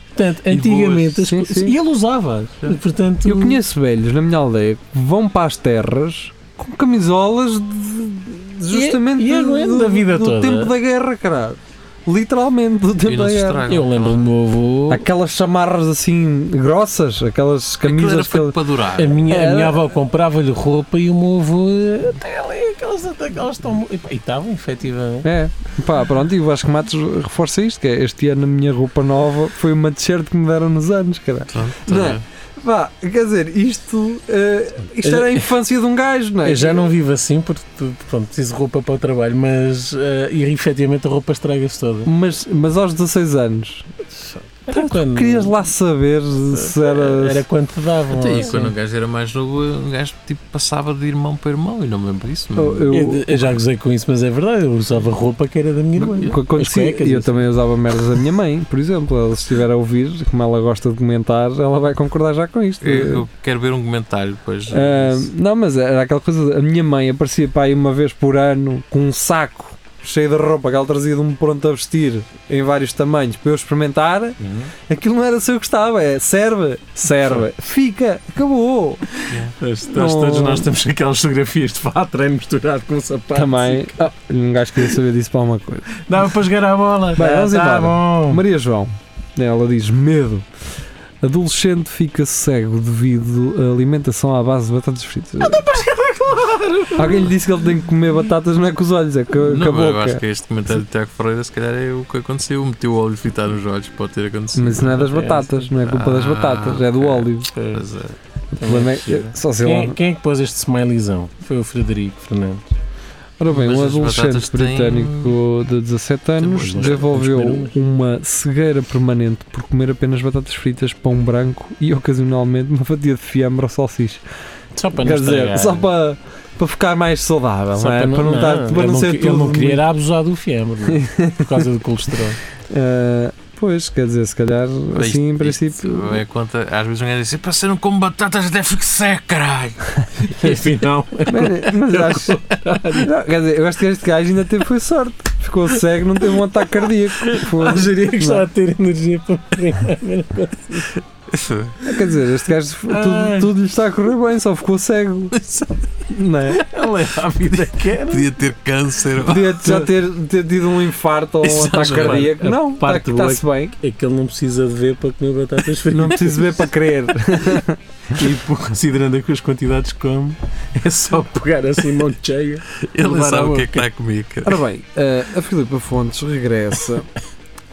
Portanto,
E
antigamente.
boas.
as
Sim,
co-
sim.
E ele usava.
Sim.
Portanto,
Eu conheço velhos na minha aldeia que vão para as terras com camisolas de- de-
E-
justamente
e aguenta a vida
do
toda.
tempo é, da guerra, caralho. Literalmente do
E
tempo
não
da
se
guerra.
estragam.
eu lembro do meu avô.
Aquelas chamarras assim grossas, aquelas
Aquilo era
camisas que É-
feito para durar.
A minha, a
Era-
minha avó comprava-lhe roupa e o meu avô eh, até ali, aquelas aquelas estão. mu- E pá, e estavam, efetivamente.
É, pá, pronto, e o Vasco Matos reforça isto, que é este ano a minha roupa nova foi uma t-shirt que me deram nos anos, cara.
Pronto,
Não
tá
é? Pá, quer dizer, isto, eh, isto era a infância de um gajo, não é?
Eu já não vivo assim porque tu- pronto, preciso de roupa para o trabalho, mas eh, e efetivamente a roupa estraga-se toda.
Mas, mas aos 16 anos,
Era quando, eh,
querias lá saber se
É,
era...
era quando te
Então,
davam.
Até aí,
assim.
quando um gajo era mais novo, um gajo tipo, passava de irmão para irmão, e não me lembro disso.
Eu-
mas-
Então, eu-
Eu, eu já gozei com isso, mas é verdade, eu usava roupa que era da minha irmã.
o que acontecia-
As cuecas,
e eu
assim.
também usava merdas da minha mãe, por exemplo. Ela, se estiver a ouvir, como ela gosta de comentar, ela vai concordar já com isto.
Eu, eu quero ver um comentário depois.
Ah,
disso.
não, mas era aquela coisa. A minha mãe aparecia para aí uma vez por ano com um saco cheio de roupa que ela trazia de um pronto a vestir em vários tamanhos para eu experimentar.
Hum.
Aquilo não era se eu gostava, é serve, serve, fica, acabou.
Nós,
nós todos nós
temos aquelas fotografias de vá treino misturado com sapato.
Também, ah, um gajo queria saber disso para alguma coisa.
Dava para jogar a bola. Tá
Bem, vamos embora.
bom. *laughs*
Maria João, ela diz: medo. Adolescente fica cego devido a alimentação à base de batatas fritas. Ah, Alguém lhe disse que ele tem que comer batatas, não é com os olhos, é com,
Não,
com a
mas eu
boca.
acho que este comentário de Tiago Ferreira, se calhar, é o que aconteceu. Meteu o óleo fritado nos olhos, pode ter acontecido.
Mas isso não é das batatas, não é culpa das
Ah,
batatas, é do
ok.
óleo.
Mas, é,
O problema é que- só sei
Quem,
lá.
quem é que pôs este smileyzão? Foi o Frederico Fernandes.
Ora bem,
Mas
um
as batatas
adolescente
têm-
britânico de 17 anos
Temos dois-
desenvolveu
dois
uma cegueira permanente por comer apenas batatas fritas, pão branco e ocasionalmente uma fatia de fiambre ou salsicha.
Só para não
Quer dizer,
estragar.
só para, para ficar mais saudável,
Só
não é? Para não, estar- para
ele
não ser
que-
tudo.
Ele não queria
muito-
era abusar do fiambre, não
*laughs*
é? por causa do colesterol.
Ah, pois, quer dizer, se calhar
Mas
assim em
isto- isto
princípio.
é conta, às vezes um gajo diz assim: "Pá, se eu não como batatas, até fico seco, caralho.
E afinal,
*laughs*
*laughs*
Mas, mas eu acho. Não, quer dizer, eu acho que este gajo ainda teve foi sorte. Ficou cego, não teve um ataque cardíaco. Foi- é?
acharia Ah, que está a ter energia para
Quer dizer, este gajo f-
Ai.
tudo, tudo lhe está a correr bem, só ficou cego. *laughs* Não é?
Ela é a vida que É era.
*laughs* Podia ter câncer.
Podia já ter, ter tido um infarto ou um
Isso,
ataque
mas,
cardíaco.
é. a
Não, está
parte
aqui, está-se bem.
É que ele não precisa de ver para comer batatas fritas.
Não preciso ver para crer.
*laughs* E pô, considerando que as quantidades que come, é só pegar assim mão cheia.
Ele nem
Levar à
sabe o que é que
boca.
está a comer, cara.
Ora bem, eh, a Filipa Fontes
*laughs*
regressa.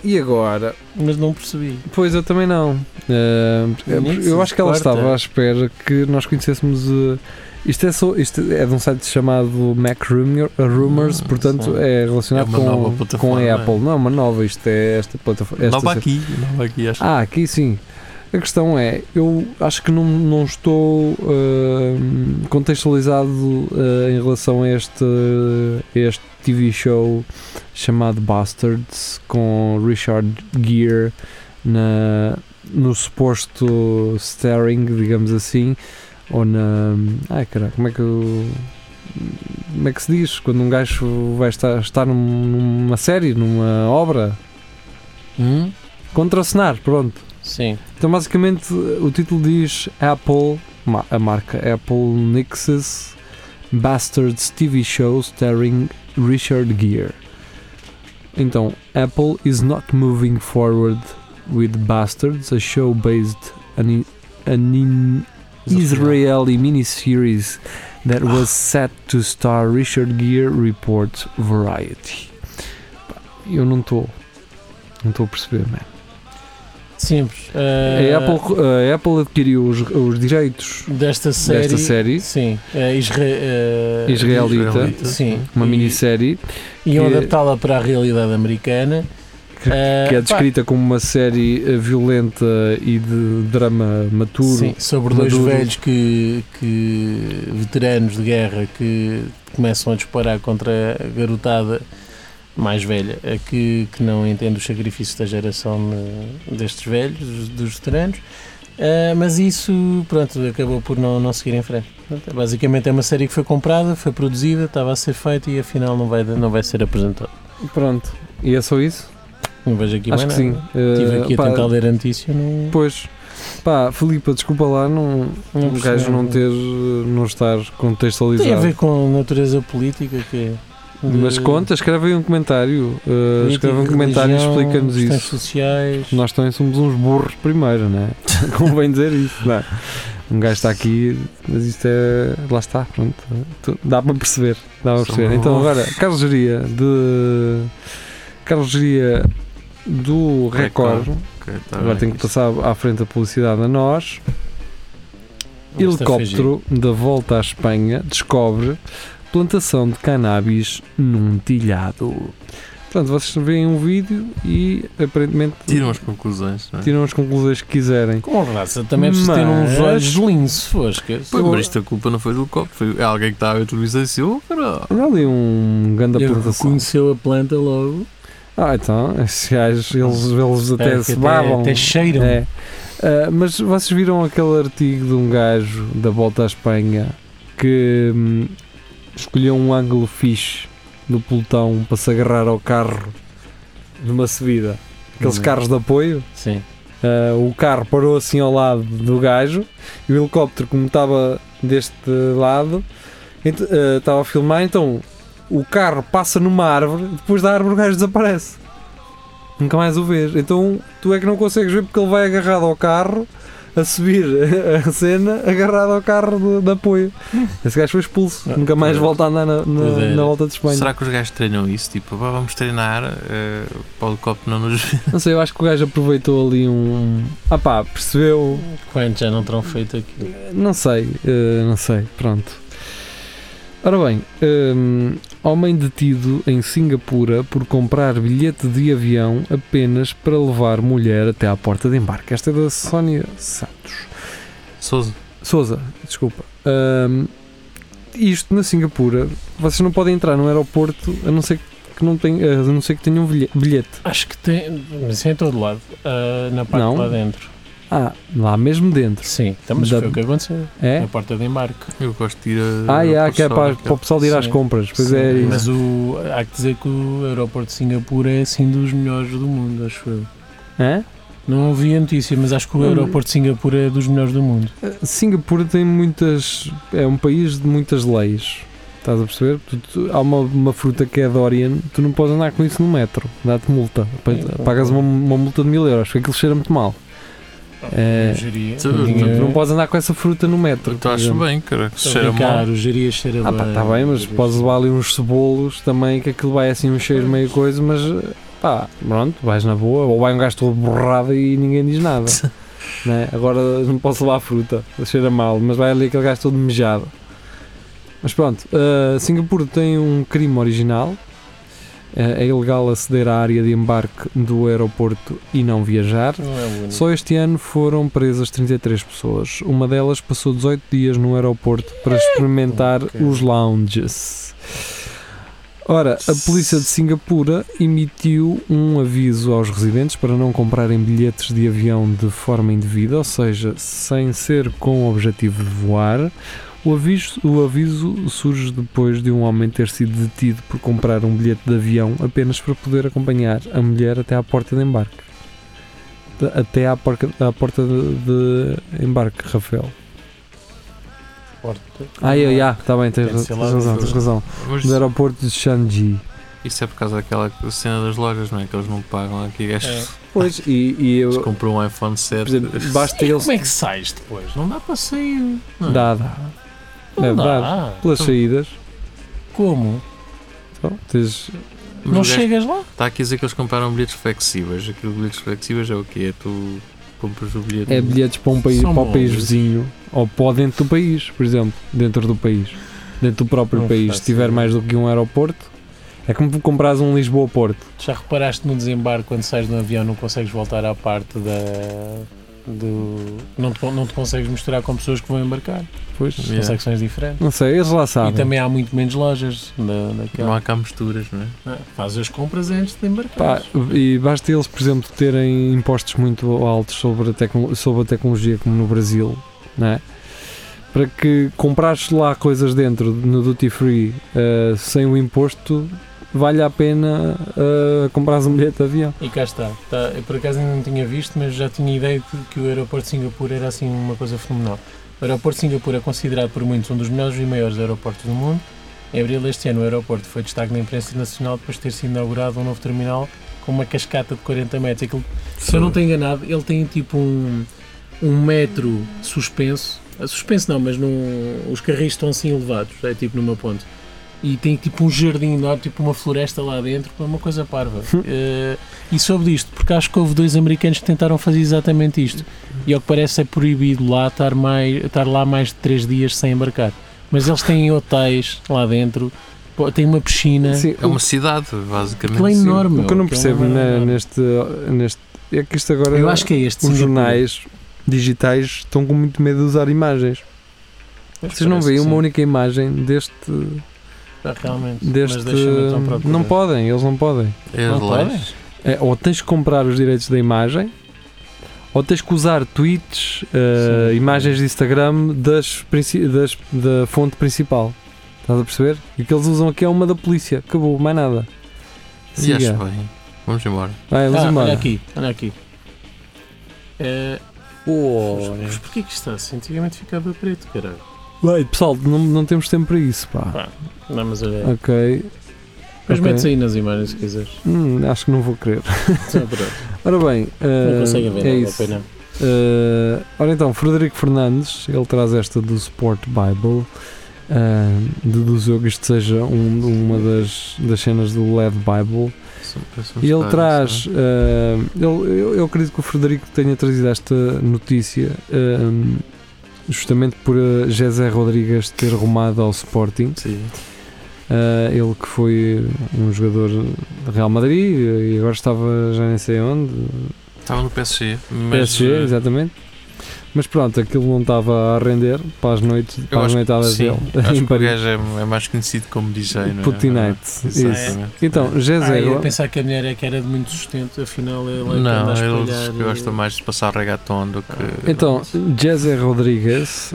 E agora?
Mas não percebi.
Pois eu também não. Eh,
É
Nisso,
eu acho que ela
quarta.
estava à espera que nós conhecêssemos. eh, isto, é só, isto é de um site chamado Mac Rumor- eh, Rumors,
Hum,
portanto
sim.
é relacionado
É uma nova
com, com
plataforma, é?
a Apple. Não é uma nova, isto é esta plataforma. esta
Nova
se-
aqui, nova aqui, acho.
Ah, aqui sim. A questão é, eu acho que não, não estou ah, contextualizado ah, em relação a este, a este TV show chamado Bastards com Richard Gere na, no suposto staring, digamos assim, ou na. Ai caralho, como é que eu- Como é que se diz? Quando um gajo vai estar, estar num- numa série, numa obra,
Hum?
contracenar, pronto.
Sim.
Então, basicamente, o título diz Apple, ma- a marca Apple Nixes Bastards TV Show starring Richard Gere. Então, Apple is not moving forward with Bastards, a show based on an, in- Israeli miniseries that was set to star Richard Gere, reports Variety. Pá, Eu não estou. Não estou a perceber, man.
Sempre. Ah,
A Apple, a Apple adquiriu os, os direitos
desta série.
desta série,
Sim. ah, Isra- ah,
é
Israelita.
Sim.
uma
E-
minissérie,
Iam
que-
adaptá-la para a realidade americana.
que-
Ah,
que
pá,
é descrita como uma série eh, violenta e de drama maturo.
Sim, sobre dois
maduro.
velhos que, que- veteranos de guerra que começam a disparar contra a garotada mais velha, a que, que não entende os sacrifícios da geração eh, destes velhos, dos, dos veteranos. Ah, mas isso, pronto, acabou por não, não seguir em frente. Portanto, Basicamente é uma série que foi comprada, foi produzida, estava a ser feita e afinal não vai, não vai ser apresentada.
Pronto, e é só isso?
Não vejo aqui
Acho que
mais
sim.
nada. Estive
Eh,
aqui
pá,
a tentar ler a notícia. Não,
Pois, pá, Filipa, desculpa lá não,
não
o um gajo
percebi.
não ter, não estar contextualizado.
Tem a ver com a natureza política que é. de-
Mas conta, escreve aí um comentário. Uh,
política,
escreve um comentário e
religião,
explica-nos
questões
isso.
sociais.
Nós também somos uns burros primeiro,
*laughs*
né? Convém dizer isso. Não. Um gajo está aqui, mas isto é. Lá está, pronto. Tu- Dá para perceber. Dá para
São
perceber. Então
burros.
agora, Carlos Geria de. Carlos Geria do Record.
Record. Ok, tá
Agora
bem.
tenho que passar à frente a publicidade a nós.
Esta foi gira.
Helicóptero da volta à Espanha descobre plantação de cannabis num telhado. Portanto, vocês veem um vídeo e aparentemente
Tiram as conclusões, não é?
tiram as conclusões que quiserem.
Com raça, também é preciso ter uns
Mas-
olhos de lince, foscas.
Pois, mas isto a culpa não foi do copo, foi alguém que estava a ver televisão e disse: Oh, cara,
Olha ali um grande
Ele
plantação.
reconheceu a planta logo.
Ah, então, esses gajos, eles, eles
É,
até
que
se babam.
Até cheiram.
É. Ah, mas vocês viram aquele artigo de um gajo da Volta à Espanha que hum, escolheu um ângulo fixe no pelotão para se agarrar ao carro numa subida? Aqueles
Hum.
carros de apoio.
Sim.
Ah, o carro parou assim ao lado do gajo e o helicóptero, como estava deste lado, ent- ah, estava a filmar. Então o carro passa numa árvore, depois da árvore o gajo desaparece. Nunca mais o vês. Então tu é que não consegues ver porque ele vai agarrado ao carro a subir *laughs* a cena, agarrado ao carro de, de apoio. Esse gajo foi expulso.
Ah,
Nunca mais
pois.
volta a andar na, na-
Pois é.
na volta de Espanha.
será que os gajos treinam isso? Tipo, "Vá, vamos treinar eh, para o copo não nos *laughs* ver.
Não sei, eu acho que o gajo aproveitou ali um. Ah pá, percebeu.
Quantos já não terão feito aquilo?
Não sei, eh, não sei, pronto. Ora bem, hum, homem detido em Singapura por comprar bilhete de avião apenas para levar mulher até à porta de embarque. Esta é da Sónia Santos.
Souza.
Souza, desculpa. Hum, isto na Singapura, vocês não podem entrar no aeroporto a não ser que, não tenham, a não ser que tenham bilhe- bilhete.
Acho que tem. Mas isso é em todo lado. Ah, na parte
Não.
lá dentro.
Ah, lá mesmo dentro.
Sim. Então, mas
Da-
foi o que aconteceu.
É?
Na porta de embarque.
Eu gosto de ir a.
Ah, é, que é
só
para,
naquela-
para o pessoal ir às
Sim.
compras. Pois
Sim,
é, isso.
Mas o, há que dizer que o aeroporto de Singapura é assim dos melhores do mundo, acho eu.
Hã?
Não ouvi a notícia, mas acho que o
Hum.
aeroporto de Singapura é dos melhores do mundo.
Singapura tem muitas. É um país de muitas leis. Estás a perceber? Tu- tu- há uma, uma fruta que é Dorian, tu não podes andar com isso no metro. Dá-te multa. Pa-
Sim, bom,
Pagas
bom.
uma, uma multa de mil euros, porque aquilo cheira muito mal. É,
O geria.
Tu-
tu-
tinha-
tu não podes andar com essa fruta no metro.
Tu
por
achas
exemplo.
bem, cara, que
Estou Uhum. a
cheira
brincar, é
mal.
o geria cheira
Ah, pá, está bem, mas podes levar ali uns cebolos também, que aquilo vai assim um cheiro meio coisa, mas pá, pronto, vais na boa. Ou vai um gajo todo borrado e ninguém diz nada. né? Agora não posso levar fruta, cheira mal, mas vai ali aquele gajo todo mejado. Mas pronto, eh, Singapura tem um crime original. Eh, é ilegal aceder à área de embarque do aeroporto e não viajar.
Não é o único.
Só este ano foram presas 33 pessoas. Uma delas passou 18 dias no aeroporto para experimentar
Ok.
os lounges. Ora, a polícia de Singapura emitiu um aviso aos residentes para não comprarem bilhetes de avião de forma indevida, ou seja, sem ser com o objetivo de voar. O aviso, o aviso surge depois de um homem ter sido detido por comprar um bilhete de avião apenas para poder acompanhar a mulher até à porta de embarque. Da- Até à, porca- à porta de, de embarque, Rafael.
Porta.
Ah, eu, já, está bem, tens,
Deve
ra-
ser
tens
lá
razão,
do-
tens razão.
Mas
Do aeroporto de Shanji.
isso é por causa daquela cena das lojas, não é? Que eles não pagam aqui. Gajos
É.
Pois, e,
eles compram um iPhone 7.
basta eles.
Como é que sais depois? Não dá para sair. Não, é?
Dá, dá.
Não
É
dá.
verdade. Pelas saídas.
Como?
Então, tens
Mas
não
o gajo
chegas lá?
Está aqui a dizer que eles compraram bilhetes flexíveis. Aquilo de bilhetes flexíveis é o quê? É tu compras o bilhete.
É bilhetes para, um país,
Hum. São
para o
bons.
país vizinho ou para dentro do país, por exemplo, dentro do país, dentro do próprio
Não
país.
faço
Se tiver
ideia.
mais do que um aeroporto, é como compras um Lisboa-Porto.
Já reparaste no desembarque quando sais do avião não consegues voltar à parte da. Do, não, te, não te consegues misturar com pessoas que vão embarcar.
Pois,
São
Yeah.
secções diferentes.
não sei, eles lá sabem.
E também há muito menos lojas na,
Não
naquela.
há cá misturas, não é?
Ah, Faz as compras antes de
Pá,
embarcar.
e basta eles, por exemplo, terem impostos muito altos sobre a, tecno- sobre a tecnologia, como no Brasil, não é? para que comprares lá coisas dentro no duty free eh, sem o imposto, vale a pena comprar comprares um bilhete de avião.
E cá está. Tá, eu por acaso ainda não tinha visto, mas já tinha ideia de que o aeroporto de Singapura era assim uma coisa fenomenal. O aeroporto de Singapura é considerado por muitos um dos melhores e maiores aeroportos do mundo. Em abril deste ano, o aeroporto foi destaque na imprensa internacional depois de ter sido inaugurado um novo terminal com uma cascata de 40 metros. Aquilo Se eu não estou enganado, ele tem tipo um, um metro suspenso. Ah, Suspenso não, mas num, os carris estão assim elevados, é tipo numa ponte. E tem tipo um jardim enorme, tipo uma floresta lá dentro, é uma coisa
*laughs*
parva. Eh, e soube disto, porque acho que houve dois americanos que tentaram fazer exatamente isto. E ao que parece é proibido lá estar, mais, estar lá mais de três dias sem embarcar. Mas eles têm hotéis lá dentro, pô, têm uma piscina.
Sim,
É uma cidade, basicamente.
Aquilo é
Sim.
enorme.
O que eu não
meu,
percebo
aquilo é uma
né,
enorme.
neste, neste. É que isto agora.
Eu acho que é este.
os
Singapura.
jornais digitais estão com muito medo de usar imagens.
Mas
Vocês não
parece que
veem uma
sim.
única imagem deste.
Ah, Realmente.
deste
Mas deixa-me então procurar.
não podem, eles não podem.
É
Não
de lá.
podem?
É, ou tens que comprar os direitos da imagem, ou tens que usar tweets, eh,
Sim.
imagens de Instagram das, princi- das- da fonte principal. Estás a perceber? E que eles usam aqui é uma da polícia. Acabou, mais nada.
E acho
Siga.
bem. Vamos embora.
Vai, vamos
Ah,
embora.
olha aqui, olha aqui. É, mas porquê que isto está assim? Antigamente ficava preto, caralho.
Vai, pessoal, não, não temos tempo para isso, pá.
Não, mas olha. aí.
Ok.
Mas
Ah, ok.
metes aí nas imagens se quiseres.
Hum, acho que não vou querer.
Então,
*laughs*
pronto.
Ora bem, eh,
não conseguem ver,
é
não vale
isso.
a pena.
Eh, ora então, Frederico Fernandes, ele traz esta do Sport Bible. eh, deduziu que isto seja um- uma das, das cenas do LED Bible. E ele traz. eh, ele, eu, eu acredito que o Frederico tenha trazido esta notícia eh, justamente por eh, José Rodrigues ter rumado ao Sporting.
é? Sim.
Uh, ele que foi um jogador do Real Madrid eh, e agora estava já nem sei onde,
Estava no PSG. Mas,
PSG,
eh,
exatamente. Mas pronto, aquilo não estava a render para as noites,
Eu
para as
acho que
noitadas
sim,
dele *laughs*
Acho
em
que o
Paris.
gajo é, é mais conhecido como DJ, não é?
Putinite. Isso.
Exatamente.
Então,
Ah,
José,
eu ia pensar que a mulher é que era de muito sustento, afinal ele é que anda
Não,
a
eles
espalhar.
que gostam mais de passar reggaeton do que.
então, José Rodrigues,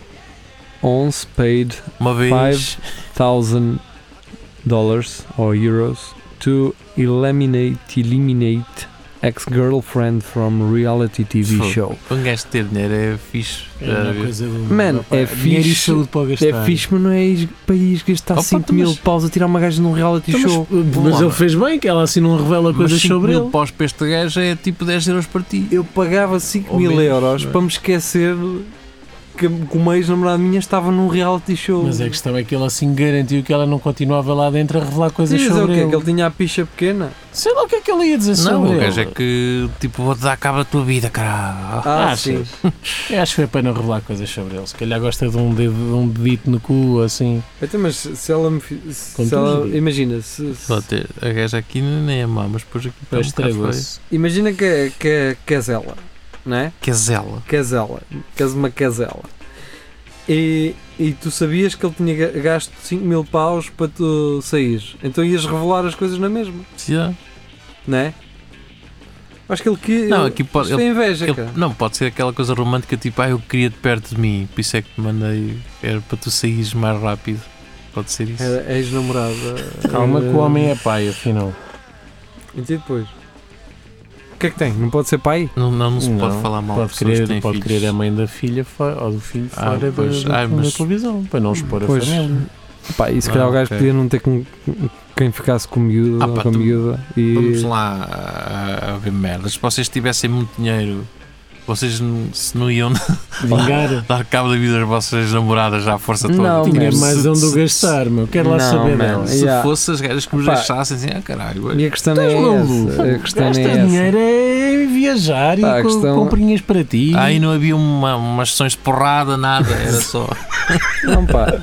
once paid
uma vez.
1000 dollars or euros to eliminate eliminate ex-girlfriend from reality TV
Fogo.
show.
Para um gajo ter dinheiro é fixe.
É
já
uma
vi.
coisa do
Man,
opa,
é
dinheiro
fixe,
e saúde para gastar.
É fixe, mas não é is- para ir gastar
Opa,
5
então,
mil
mas-
paus a tirar uma gaja num reality
Então,
show.
Mas, mas
Vamos lá.
ele fez bem, que ela assim não revela coisas
Mas 5
sobre
mil
ele.
paus para este gajo é tipo 10 euros para ti.
Eu pagava 5
Ou
mil
menos,
euros
não é?
para me esquecer que que uma ex-namorada minha estava num reality show.
Mas a questão é que ele assim garantiu que ela não continuava lá dentro a revelar coisas
Dizes é o
sobre
quê?
ele.
Que ele tinha a picha pequena?
Sei lá o que é que ele ia dizer
Não,
sobre
o
ele.
gajo é que tipo vou-te dar cabo da tua vida, caralho.
Ah, sim.
Achas? Eu acho que foi para não revelar coisas sobre ele. Se calhar gosta de um, dedo, de um dedito no cu, assim.
É
Até, Então, mas se ela me. fi- Se
Como tu
ela-
dizes.
imagina, se, se-
Só ter- a gaja aqui nem é má, mas depois aqui está um
Depois
bocado feio.
estragou-se.
imagina que, é- que, é- que és ela, não é?
Que é zela.
Que és ela, que és uma casela. E, e tu sabias que ele tinha ga- gasto 5 mil paus para tu sair, então ias revelar as coisas na mesma.
Se há-
não é? Acho que ele que.
Não, aqui pode.
Isto é
ele-
inveja,
ele-
cara.
não, pode ser aquela coisa romântica tipo, ah, eu queria-te perto de mim, por isso é que te mandei. Era para tu saíres mais rápido. Pode ser
É,
isso.
Era É, ex-namorada.
Calma
eh,
que o homem é pai, afinal.
E depois? O que é que tem? Não pode ser pai?
Não, não, não se pode
Não,
falar mal
Pode
de pessoas que
querer,
têm
pode
filhos.
querer a mãe da filha fo- ou do filho
Ah,
fora da,
pois,
da-
ah, mas-
da televisão, para não expor a
Pois.
família.
Pá, e se
Ah,
calhar o gajo
ok.
podia não ter com com quem ficasse com miúdo
Ah,
ou
pá,
com a
tu-
miúda.
Vamos
E
lá a, a ver merdas. Se vocês tivessem muito dinheiro, Vocês não, se não iam *laughs*
Vingar.
dar cabo da vida das vossas namoradas já à força toda.
Não,
Tipo,
Tinha
man.
mais
se-
onde eu
se-
gastar, meu. Quero lá
Não,
saber
man.
delas.
Se
Yeah.
fosse as gajas que vos
Pá.
deixassem assim, ah caralho, olha,
E a questão é
maluco?
essa. A questão é
Gastas
essa.
dinheiro é em viajar
Ah,
Pá, a
e co-
questão-
comprinhas para ti.
Aí não havia uma, umas sessões de porrada, nada, era só.
Não, pá.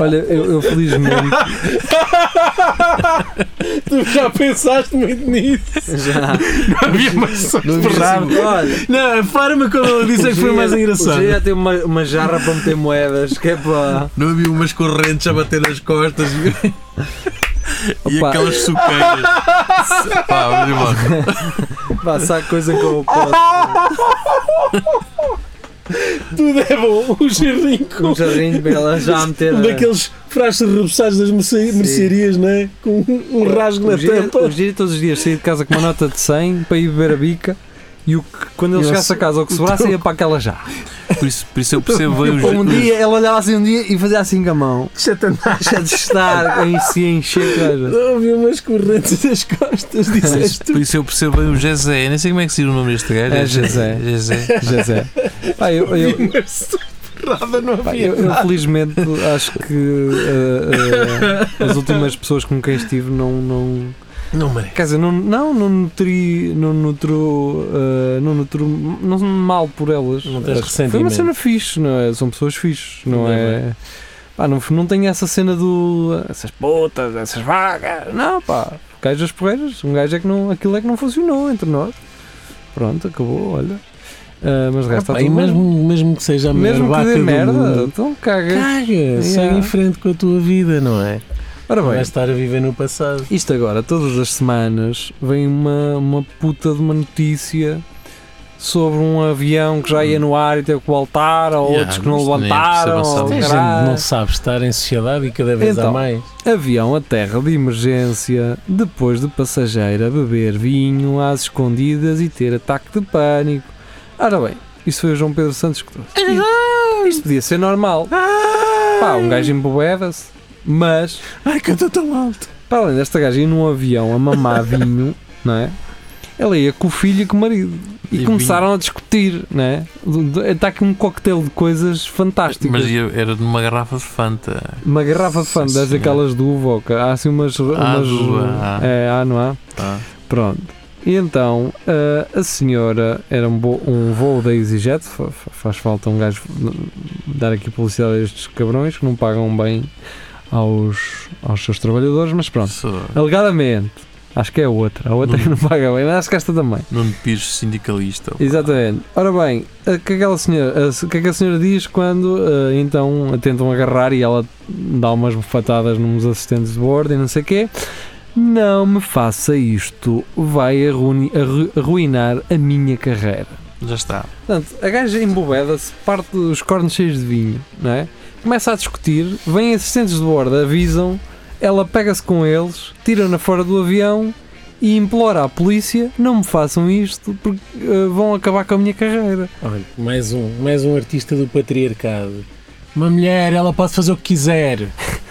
Olha, eu, eu
*laughs*
felizmente.
*laughs* Tu já pensaste muito nisso.
Já.
Não havia mais só
Não vi
esperar.
assim, olha,
Não, a forma como ele disse é que foi mais
O
engraçado.
G já tem uma, uma jarra para meter moedas, que é para.
*laughs* Não havia umas correntes a bater nas *laughs* costas e, e
Opa.
aquelas suqueiras. Pá, mas, irmão,
Pá, se há coisa que eu posso.
Tudo é bom. O jardim com
Um jarrinho para ela já meter. né?
um
a-
daqueles frascos rebuçados das merce- mercearias, não é? Com um um rasgo na
o G, é-
tampa.
o G todos os dias saía de casa com uma nota de 100 para ir beber a bica. E o que, quando ele
Eu
chegasse a casa, o que sobrasse ia para aquela jarra.
por, isso, por isso eu percebo bem os,
Um dia, ele olhava assim um dia e fazia assim com a mão.
é Satanás.
*laughs* Deixa de estar em si a encher. cara.
Houve umas correntes nas costas, disseste tu.
Por isso eu percebo bem o Jezé. Nem sei como é que se diz o nome deste gajo.
É
*laughs*
Jezé.
Jezé.
José. Pá, eu- eu,
Nada não
Pá,
havia.
eu, eu, felizmente acho que eh, eh, as últimas pessoas com quem estive não. não
Não merece.
quer dizer, não, não, não nutri. Não nutro. eh, não nutro. Não mal por elas.
Não tens
Acho que Foi uma
ressentimento.
cena fixe, não é? São pessoas fixes, não
Ainda
é? Pá, não, não tenho essa cena do. essas putas, essas vagas. Não, pá. Gajo das porreiras. Um gajo é que não. aquilo é que não funcionou entre nós. Pronto, acabou, olha. Eh, mas de resto está
Pá,
tudo
e
bem.
mesmo, mesmo que seja a
Mesmo
melhor
que dê
vaca do
merda,
mundo,
então caga.
caga,
Yeah.
segue em frente com a tua vida, não é?
Ora
Não
bem,
vais estar a viver no passado.
isto agora, todas as semanas, vem uma, uma puta de uma notícia sobre um avião que já ia no ar e teve que voltar, ou
Hum. Yeah,
outros que não
isto nem é
levantaram.
percepção.
ou
Oh,
Tem gente
caralho.
que não sabe estar em sociedade e cada vez
Então.
há mais.
Avião a terra de emergência, depois de passageira beber vinho às escondidas e ter ataque de pânico. Ora bem, isso foi o João Pedro Santos que trouxe. Isto- Isto podia ser normal. Pá, um gajo emboeda-se. Mas
Ai, que eu estou tão alto.
Para além desta gaja ir num avião
*laughs*
a mamar vinho, não é? Ela ia com o filho e com o marido. E,
E
começaram a discutir, não é? Do- do- Está aqui um coquetel de coisas fantásticas.
Mas eu- era de uma garrafa de Fanta.
Uma garrafa de fã,
Sim,
das
senhor.
daquelas do Uvoca. Há assim umas. umas
do- ah.
É, há, não há?
Tá?
Pronto. E então ah, a senhora era um, bo- um voo da EasyJet. fa- fa- Faz falta um gajo dar aqui publicidade a estes cabrões que não pagam bem aos, aos seus trabalhadores, mas pronto.
Só-
Alegadamente. Acho que é a outra. A
Hum.
outra que não paga bem, mas acho que esta também.
Nuno Pires, sindicalista.
Exatamente. Ora bem, o que, aquela senhora, a- o que é que a senhora diz quando eh, então a tentam agarrar e ela dá umas bufatadas nos assistentes de bordo e não sei o quê? Não me faça isto, vai arruini- arru- arruinar a minha carreira.
Já está.
Portanto, a gaja embobeda-se, parte os cornos cheios de vinho, não é? Começa a discutir, vêm assistentes de bordo, avisam, ela pega-se com eles, tira-na fora do avião e implora à polícia: não me façam isto porque eh, vão acabar com a minha carreira.
Olha, mais um, mais um artista do patriarcado. Uma mulher, ela pode fazer o que quiser.
*laughs*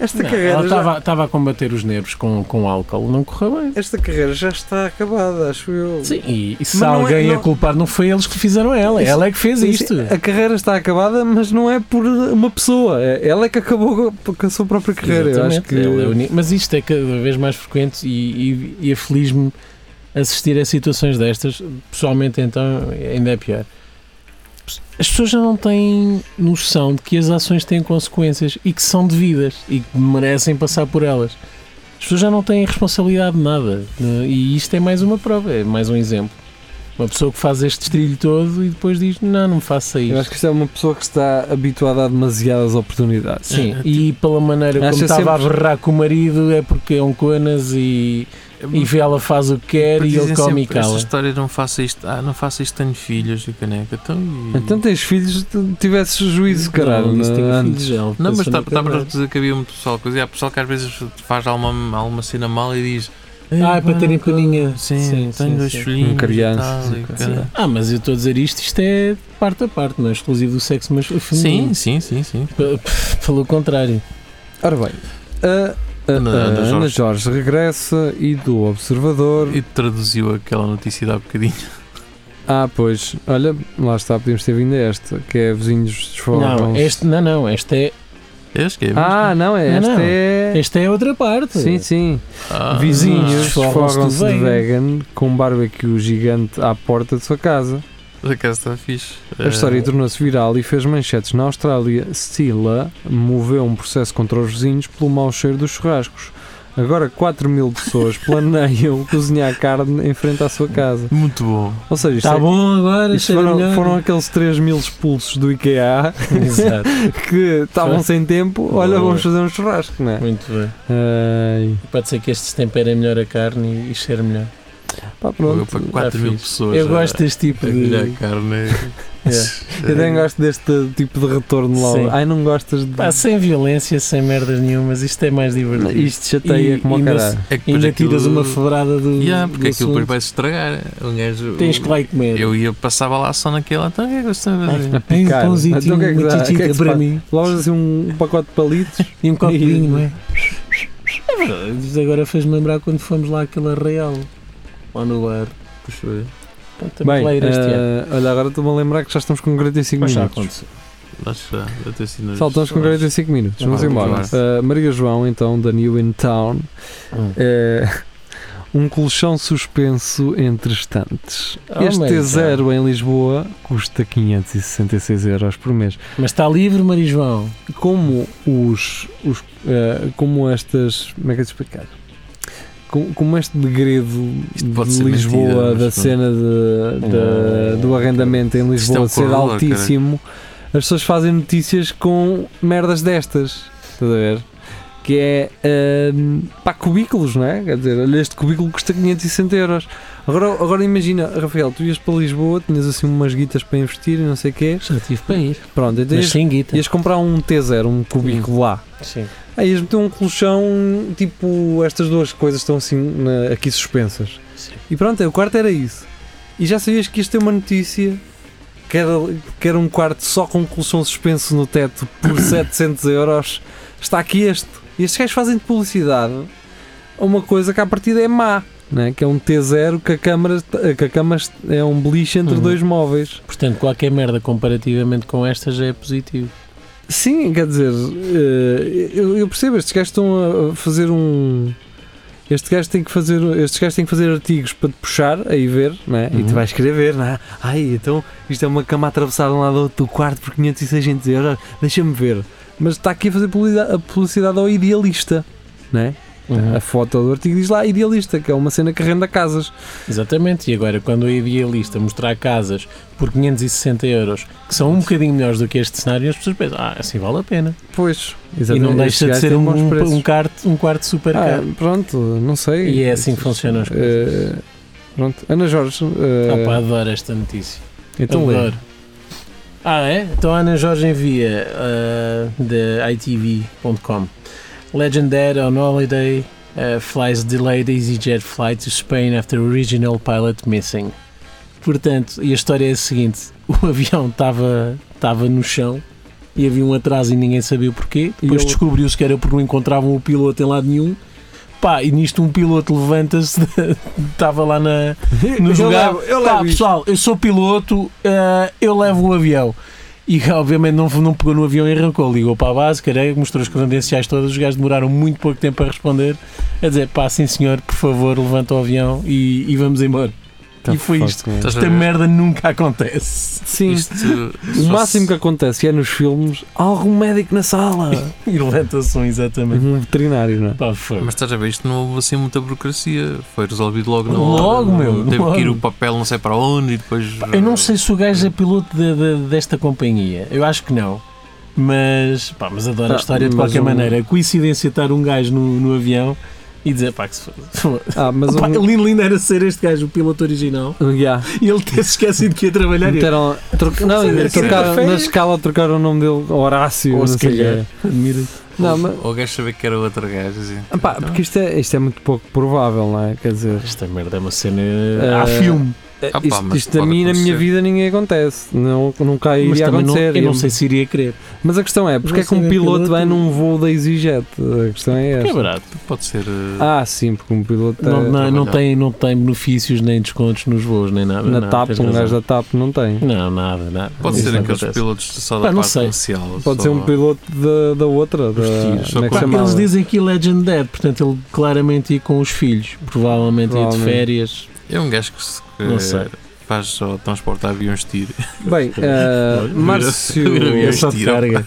Esta,
Não,
carreira,
ela
já,
estava estava a combater os nervos com, com álcool, não correu bem.
esta carreira já está acabada, acho eu.
Sim, e, e
Mas
se
não é-
alguém
não-
a culpar, não foi eles que fizeram ela,
Isso-
ela é que fez
Sim,
isto.
sim, A carreira está acabada, mas não é por uma pessoa. É- Ela é que acabou com a sua própria carreira. Eu acho
Exatamente,
que
ela é uni- Mas isto é cada vez mais frequente e, e, e aflige-me assistir a situações destas. Pessoalmente, então, ainda é pior. As pessoas já não têm noção de que as ações têm consequências e que são devidas e que merecem passar por elas. As pessoas já não têm responsabilidade de nada. né? E isto é mais uma prova, é mais um exemplo. Uma pessoa que faz este trilho todo e depois diz: Não, não me faça isto.
Eu acho que isto é uma pessoa que está habituada a demasiadas oportunidades.
Sim, e pela maneira como
É, tipo, Acha
estava a
sempre-
berrar com o marido é porque é um conas e, e vê ela faz o que quer e ele come
Dizem
e
sempre, Essa
cala.
história não faça isto. Ah, não faça isto, tenho filhos e caneca. Então, e-
Então tens filhos, tu- tivesses juízo, caralho.
isso tem
não-
filhos,
antes.
ela
Não, mas
pensa
tá-
no
estava a
caralho.
dizer que havia muito pessoal. Coisa. E há pessoal que às vezes faz alguma, alguma cena mal e diz:
Ah, é para terem
pá,
paninha.
Sim, tenho dois
sim.
filhinhos.
Com crianças
e
e
tal, e
coisa.
caralho."
Ah, mas eu estou a dizer isto, isto é parte a parte, não é exclusivo do sexo, mas
Sim,
feminino.
sim, sim, sim.
P- p- Pelo contrário.
Ora bem, a, a- a
Ana- Ana
Ana Jorge. regressa e do Observador.
E traduziu aquela notícia de há bocadinho.
Ah, pois, olha, lá está, podíamos ter vindo a esta, que é Vizinhos
Não,
Desformam.
este, não, não, esta é,
Este que é
Ah, não, é,
Não,
esta
não.
é.
esta é outra parte.
Sim, sim.
Ah,
Vizinhos
desforram-se
desforram-se
de
de vegan com um barbecue gigante à porta de sua casa.
Por acaso está fixe.
A história tornou-se viral e fez manchetes na Austrália. Stila moveu um processo contra os vizinhos pelo mau cheiro dos churrascos. Agora 4
*laughs*
mil pessoas planeiam cozinhar carne em frente à sua casa.
É Muito bom.
Ou seja, isto
Está Tá
é-
bom agora,
isto
cheira
foram,
melhor.
foram aqueles 3 mil expulsos do IKEA
*laughs* Exato,
que estavam sem tempo. Olha,
Boa.
vamos fazer um churrasco, não é?
muito bem.
Ai,
Pode ser que este se tempera melhor a carne e, e cheira melhor.
pá, pronto.
Pagou para 4 mil
É fixe.
pessoas.
Eu
a-
é.
gosto deste tipo
a grelhar
de.
carne.
*laughs* É.
Eu também gosto deste tipo de retorno logo.
Sim.
Ai, não gostas de.
Pá, sem violência, sem merdas nenhumas, isto é mais divertido.
Isto chateia
E-
como o
ainda
caralho.
É que depois
Ainda
aquilo-
tiras uma febrada do.
Yeah, porque
do
aquilo depois
assunto.
vai se estragar. Um gajo.
Tens que lá e comer.
Eu ia, passava lá só naquela. Então o que é que eu estava a fazer?
Tem um
Cara,
pãozinho
então o que é que
uma
dá? O que é que
chichita
se
para
faz?
mim
Logo assim um pacote de palitos.
e um copo de
E-
vinho, não é? *laughs* É verdade, agora fez-me lembrar quando fomos lá àquela Real, lá no bar.
Puxa, olha.
Então, temos
Bem,
lá ir este ano.
eh, olha, agora estou-me a lembrar que já estamos com 45
Mas já
minutos.
aconteceu.
Lá está. Eu tenho assim sido
Saltamos com 45 minutos.
Não,
Vamos
vamos
embora. Eh, Maria João, então, da New in Town.
Hum.
eh, *laughs* um colchão suspenso entre estantes.
Oh,
este
mas
T0 em Lisboa custa 566 euros por mês.
Mas está livre, Marisvão.
como os, os eh, como estas como é que é de explicar como, como este degredo
Isto pode
de
ser
Lisboa
mentira, mas
da
pronto. É,
cena de- da-
Ah,
do arrendamento em
Isto é
Lisboa
um
ser
corredor,
altíssimo as pessoas fazem notícias com merdas destas estás a ver que é para cubículos, não é? Quer dizer, olha, este cubículo custa 560 euros. Agora, agora imagina, Rafael, tu ias para Lisboa, tinhas assim umas guitas para investir e não sei o quê.
Já tive para ir.
Pronto, então
Mas
ias
sem guita.
Ias comprar um T0, um cubículo lá.
Tá. Sim.
Aí ias meter um colchão, tipo, estas duas coisas estão assim na- aqui suspensas.
Sim.
E pronto, o quarto era isso. E já sabias que ias ter uma notícia que era, que era um quarto só com um colchão suspenso no teto
*coughs*
por 700 euros. Está aqui este. E estes gajos fazem de publicidade a uma coisa que à partida é má. não é? Que é um T0 que a câmara, que a cama é um beliche entre
Uhum.
dois móveis.
Portanto, qualquer merda comparativamente com esta já é positivo.
Sim, quer dizer, eh, eu, eu percebo, estes gajos estão a fazer um. Este gajo tem que fazer, estes gajos têm que fazer artigos para te puxar aí ver, não é? E
Uhum.
tu vais querer ver, não é? Ai, então isto é uma cama atravessada de um lado ao outro do quarto por 500 e 600 euros, deixa-me ver. Mas está aqui a fazer publicidade, a publicidade ao idealista, não é?
Uhum.
A foto do artigo diz lá idealista, que é uma cena que arrenda casas.
Exatamente. E agora, quando o idealista mostrar casas por 560 euros, que são um bocadinho melhores do que este cenário, as pessoas pensam, ah, assim vale a pena.
Pois,
e não deixa de ser um, um, quarto, um quarto super
ah,
caro.
pronto, não sei.
E é assim que funcionam as coisas.
Eh, pronto. Ana Jorge.
Ah,
eh,
pá, adoro esta notícia.
então lê.
Adoro. Ah, é? Então a Ana Jorge envia uh, da ITV.com. Legendary on holiday uh, flies delayed EasyJet flight to Spain after original pilot missing. Portanto, e a história é a seguinte: o *laughs* avião estava estava no chão e havia um atraso e ninguém sabia porquê.
E
Depois
ele-
descobriu-se que era porque não encontravam o piloto em lado nenhum. Pá, e nisto um piloto levanta-se, *laughs* estava lá na, *laughs* no jogar.
levo- eu
Pá,
levo isto.
pessoal, eu sou piloto, eh, eu levo o avião. E obviamente não, não pegou no avião e arrancou. Ligou para a base, caralho, mostrou as credenciais todas. Os gajos demoraram muito pouco tempo a responder. A dizer, pá, sim senhor, por favor, levanta o avião e, e vamos embora. E foi isto. Tá
Estás a
Esta
ver?
merda nunca acontece.
Tá né? Sim.
*laughs*
Isto, se
O
fosse-
máximo que acontece é nos filmes há algum médico na
*laughs*
Ah.
sala.
E levanta-se exatamente.
um veterinário, não é?
Pá, foi.
Mas estás a ver, isto não houve assim muita burocracia. Foi resolvido logo na hora.
Logo, meu,
Teve
logo.
que ir o papel não sei para onde e depois.
Eu não sei se o gajo é piloto de- de- desta companhia. Eu acho que não. Mas, pá, mas adoro a
Ah,
história de
mas
qualquer
um-
maneira. A coincidência de estar um gajo no, no avião e dizer, pá, que se foda.
Ah, mas
Pá,
um.
lindo, lindo era ser este gajo o piloto original
Yeah.
e ele ter se esquecido que ia trabalhar. e eu,
Meteram, troca- não,
Sim,
trocaram,
sim.
na escala trocaram o nome dele Horácio,
é Ou
não
se
sei
calhar.
o quê. Não, mas,
Ou o gajo saber que era outro gajo. Assim.
Ah pá, porque isto é, isto é muito pouco provável, não é? Quer dizer,
Esta merda é uma cena.
Eh,
Há filme.
Ah, pá,
isto
mas
isto a
pode
mim, na minha
acontecer.
vida, ninguém acontece. Não, nunca
Mas
iria
também não,
acontecer.
eu não
E-
sei se iria querer.
Mas a questão é, porque é que
sei
um
bem
piloto
piloto.
vai num voo da EasyJet? A questão é
É
esta.
barato.
Pode ser. eh,
Ah, sim, porque um piloto
é- Não,
é-
não, não,
trabalhar.
tem, não tem benefícios nem descontos nos voos, nem nada.
na
nada,
TAP,
tens
um
razão.
gajo da TAP não tem.
Não, nada, nada.
pode
Isso
ser
não
aqueles
acontece.
pilotos só da
Pá, não
parte
sei.
comercial.
Pode
só
ser um
da-
piloto da, da outra. Da,
Vestidos,
só
como é que
com-
Pá,
chamava?
Eles dizem aqui Legend Dead, portanto ele claramente ia com os filhos, provavelmente, ia
Provavelmente.
de férias.
É um gajo que, se- que
Não sei.
faz só transportar aviões de tiro.
Bem, eh,
*laughs*
Vira-
Márcio,
vira-
É só de
tiram.
carga.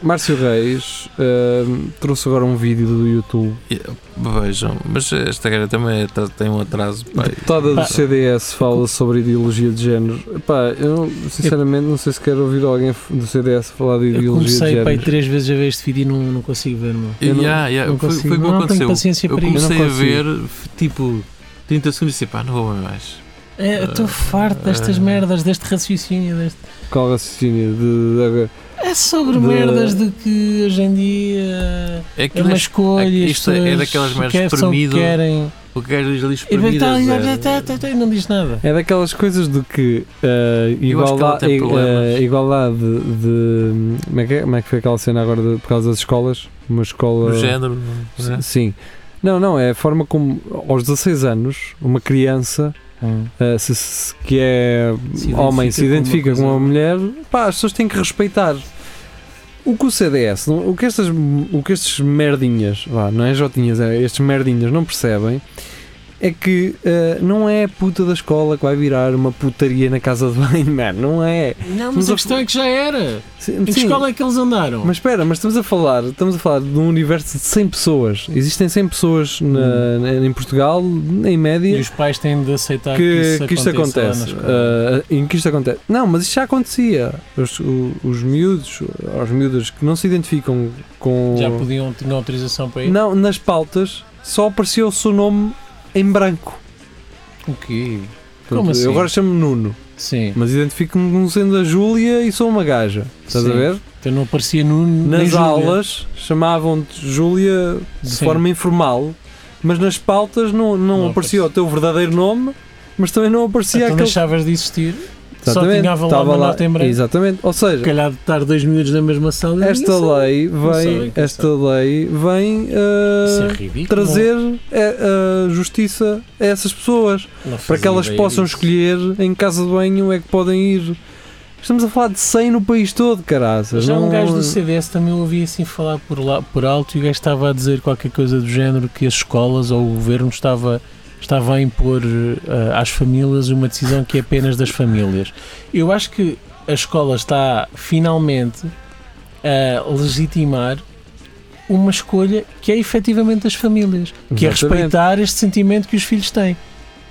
Márcio Reis eh, trouxe agora um vídeo do YouTube.
E, Vejam, mas esta guerra também é tra- tem um atraso. Pá,
Deputada
Pá.
do CDS fala sobre ideologia de género. Pá, eu sinceramente não sei se quero ouvir alguém f- do CDS falar de
Eu
ideologia de
comecei
género.
para aí três vezes a ver este vídeo e não, não consigo ver, meu.
Eu não-
Yeah, yeah,
não
foi,
consigo,
foi o que
não tenho
aconteceu.
paciência
eu
para isso.
comecei
Eu
a
não
ver f- tipo 30 segundos e disse: pá, não vou ver mais.
É, eu Estou farto destas
Ah.
merdas, deste raciocínio. Deste...
Qual raciocínio? De, de-
É sobre
De-
merdas de que hoje em dia
É
é
aquilo
uma
é-
escolha. as
isto é
pessoas
daquelas merdas
querem, são o que
espremido.
querem.
o que gajo diz ali
E vai
espremidas,
estar ali,
é-
tá, tá, tá, e não diz nada.
é daquelas coisas de que eh,
Eu acho que ela
igualdade,
tem
eh,
problemas.
igualdade de. de- como, é que é? Como é que foi aquela cena agora de- por causa das escolas? Uma escola.
do género. não é?
Sim. Não, não, é a forma como aos 16 anos uma criança Uh, se, se- que é
Se
homem se
identifica
identifica com
com
uma,
uma
mulher, pá, as pessoas têm que respeitar. O que o CDS, não- o que, estas, o que estes merdinhas, vá, não é Jotinhas, é estes merdinhas não percebem, é que uh, não é a puta da escola que vai virar uma putaria na casa de banho, *laughs* mano, não é.
Não,
Mas
mas
a-
a questão é que já era.
Sim,
Em que
sim,
escola é que eles andaram?
Mas espera, mas estamos a falar, estamos a falar de um universo de 100 pessoas. Existem 100 pessoas na- na- em Portugal, em média.
E os pais têm de aceitar que,
que,
isso
que isto acontece. Ah, em que isto acontece. Não, mas isto já acontecia. Os, o- os miúdos, os miúdos que não se identificam com.
já podiam, tinham autorização para ir?
Não, nas pautas só aparecia o seu nome em branco.
O quê?
Portanto,
Como assim?
Eu agora chamo-me Nuno,
Sim.
mas identifico-me como sendo a Júlia e sou uma gaja. Estás
Sim.
a ver?
Então não aparecia Nuno nem
Nas
Júlia.
aulas chamavam-te Júlia de
Sim.
forma informal, mas nas pautas não, não,
Não
aparecia o teu verdadeiro nome, mas também não aparecia
Então
aquele
deixavas de existir.
Exatamente,
Só tinhavam lá
estava
uma nota em branco.
Exatamente. Ou
Se
seja,
calhar de estar dois minutos na mesma sala. é
esta
isso,
lei
sabem
vem,
quem
esta lei vem uh,
Isso é ridículo.
trazer a, a justiça a essas pessoas
Não fazia
para que elas
ideia
possam
disso.
escolher em casa de banho é que podem ir. Estamos a falar de 100 no país todo, caraças.
Já
não- é
um gajo do CDS também ouvia assim falar por, lá, por alto e o gajo estava a dizer qualquer coisa do género que as escolas ou o governo estava, estava a impor eh, às famílias uma decisão que é apenas das famílias. Eu acho que a escola está finalmente a legitimar uma escolha que é efetivamente das famílias, que é
Exatamente.
respeitar este sentimento que os filhos têm.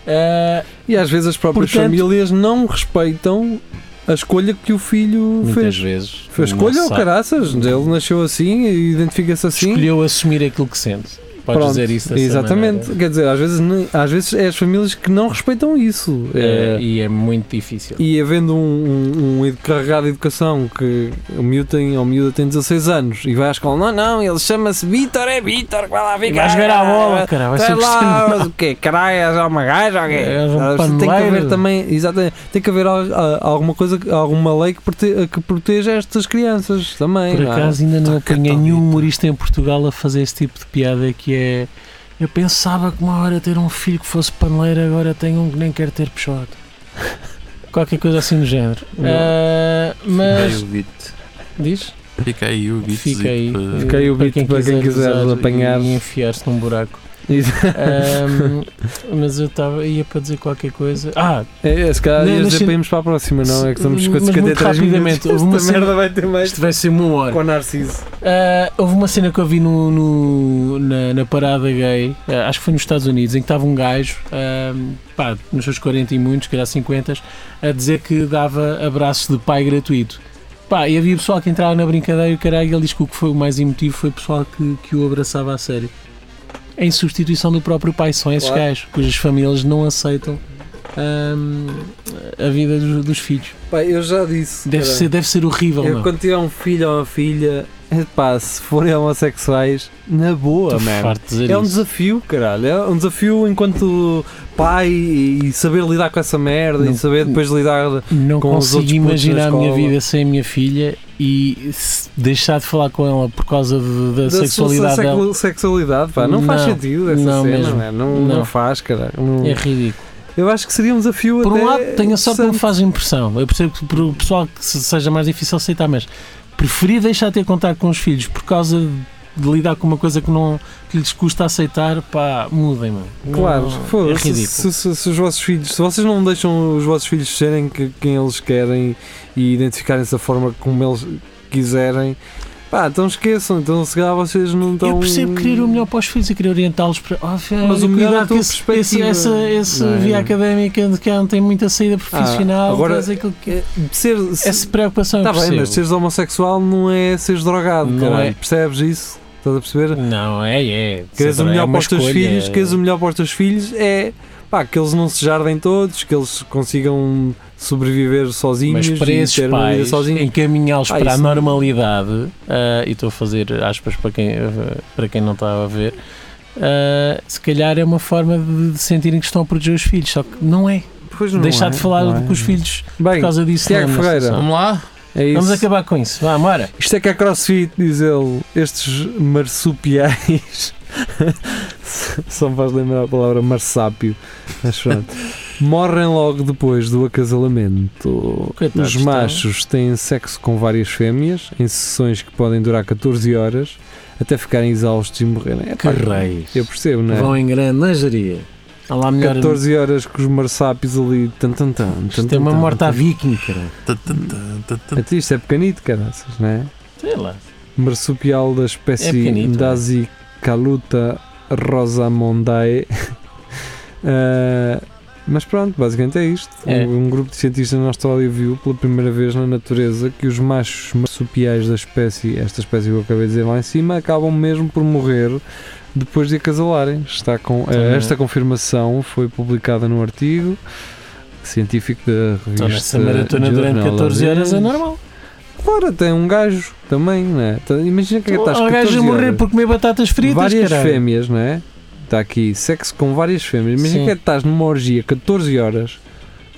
Ah,
E às vezes as próprias
Portanto-
famílias não respeitam a escolha que o filho
muitas
fez.
vezes.
Foi a escolha
não
ou
se sabe.
caraças? Ele nasceu assim e identifica-se assim.
Escolheu assumir aquilo que sente. Podes
Pronto,
dizer isso dessa
Exatamente,
maneira.
quer dizer, às vezes, nem- às vezes é as famílias que não respeitam isso. É,
É, e é muito difícil.
E havendo um, um, um edu- carregado de educação que o miúdo tem, ou a miúda tem 16 anos e vai à escola, não, não, ele chama-se Vítor, é Vítor, vai lá,
E
vem cá.
vais ver a bola, cara, vai
Vai
ser
lá,
impressionante.
mas o quê? Caralho, és uma gaja ou quê?
És um
Sabes, tem que haver
paneleiro.
também, exatamente, tem que haver al- a- alguma coisa, que- alguma lei que, prote, que proteja estas crianças também.
Por
não é?
acaso ainda não
Taca
apanhei
todito.
nenhum humorista em Portugal a fazer esse tipo de piada que é. Eu pensava que uma hora ter um filho que fosse paneleiro, agora tenho um que nem quer ter peixoto. *laughs* Qualquer coisa assim do género.
Não.
Ah,
Aí
mas.
o beat.
Diz?
Fica aí o beat.
Fica aí.
Para...
Fica aí o beat para quem quiser
usar
apanhar.
E enfiar-se num buraco.
*laughs*
Ahm, mas eu estava. ia para dizer qualquer coisa. Ah,
É, é, se calhar
Não,
ias
mas
dizer
se-
para irmos para a próxima, não? É que estamos com
Mas
53
muito rapidamente,
minutos.
houve uma
Esta
cena-
merda vai ter mais
isto vai ser uma hora.
com o Narciso.
Ah, houve uma cena que eu vi no, no- na, na parada gay, ah, acho que foi nos Estados Unidos, em que estava um gajo, ah, pá, nos seus 40 e muitos, que calhar 50, a dizer que dava abraços de pai gratuito. Pá, e havia pessoal que entrava na brincadeira e o caralho, ele disse que o que foi o mais emotivo foi o pessoal que, que o abraçava a sério. Em substituição do próprio pai, são esses
Claro.
gajos, cujas famílias não aceitam ah, a vida dos, dos filhos.
Pá, eu já disse.
Deve
cara.
ser, deve ser horrível,
Eu
meu.
quando tiver um filho ou uma filha, Epá, se forem homossexuais, na boa,
Estou
mano.
farto de dizer
É um
isso.
desafio, caralho. É um desafio enquanto pai e saber lidar com essa merda
Não-
e saber depois lidar.
Não
com os
consigo
outros putos na
imaginar a minha
escola.
vida sem a minha filha e se- deixar de falar com ela por causa de- da,
da
sexualidade
sua
dela.
sexu- sexualidade, pá. Não, faz
Não,
sentido essa
não
cena,
mesmo.
mano. Não,
Não.
não faz, caralho. Não-
É ridículo.
Eu acho que seria um desafio
Por
até.
um lado, tenho a sorte que não me
santo.
faz impressão. Eu percebo que para o pessoal que se- seja mais difícil aceitar, mas preferi deixar de ter contato com os filhos por causa de lidar com uma coisa que, não, que lhes custa aceitar. Pá, mudem, mano.
Claro,
Não- é
foda-se,
ridículo.
se, se- se os vossos filhos, se vocês não deixam os vossos filhos serem que- quem eles querem e identificarem-se da forma como eles quiserem, pá, então esqueçam, então se calhar vocês não estão.
Eu percebo querer o melhor para os filhos e querer orientá-los para. Oh, filho,
Mas o melhor é a
cuidado
tua
que esse-
perspectiva.
Esse, essa
Não é? Ah,
via académica de que não tem muita saída profissional.
agora-
tens aquilo que- é-
De Ser, se,
Essa preocupação
tá
assim, eu
bem,
percebo.
mas seres homossexual não é seres drogado,
Não
caralho,
é.
percebes isso? Estás a perceber?
Não, é, é.
Queres
Sei
o
lá, é
melhor
uma
para os teus
escolha.
filhos, queres o melhor para os teus filhos é pá, que eles não se jardem todos, que eles consigam sobreviver sozinhos
Mas para
e
esses
ter uma vida
pais,
sozinhos.
encaminhá-los
Ah,
para a
isso-
normalidade, ah, e estou a fazer aspas para quem, ah, para quem não está a ver, ah, se calhar é uma forma de, de sentirem que estão a proteger os filhos, só que não é.
Pois não
Deixar
é,
de falar
não é,
com os
não é.
filhos por
Bem,
causa disso.
Tiago
não é uma
Ferreira.
solução.
Vamos lá?
é isso.
Vamos acabar com isso. Vá, bora.
Isto é que é crossfit, diz ele. Estes marsupiais. *laughs* Só me faz lembrar a palavra marsápio. Mas pronto. Morrem logo depois do acasalamento.
Coitados,
Os machos têm sexo com várias fêmeas em sessões que podem durar 14 horas até ficarem exaustos e morrerem. É
Que
pá,
reis.
Eu percebo, não é?
Vão em grande lingerie. Há Tá lá melhor.
14 horas com os marsápios ali. Tan, tan, tan, tan,
Isto é uma
tan,
morte
tan.
à viking, cara.
Tá, tá, tá, tá, tá.
Até Isto é pequenito, caraças, não é?
Sei lá.
marsupial da
É
espécie
pequenito, é.
Dasicaluta rosamondae. *laughs* Ah, mas pronto, basicamente é isto.
É.
Um, um grupo de cientistas na Austrália viu pela primeira vez na natureza que os machos marsupiais da espécie, esta espécie que eu acabei de dizer lá em cima, acabam mesmo por morrer depois de acasalarem. Está com,
Então,
eh,
não é?
esta confirmação foi publicada num artigo científico da revista.
Então, nessa maratona
Journal
durante
of
14 horas é
Engineering.
normal.
Claro, tem um gajo também, né? Então, Imagina que é que estás
Há gajo a
14
morrer
horas.
por comer batatas fritas,
várias
caralho.
fêmeas, né? Está aqui sexo com várias fêmeas. Imagina
Sim.
que é que estás numa orgia 14 horas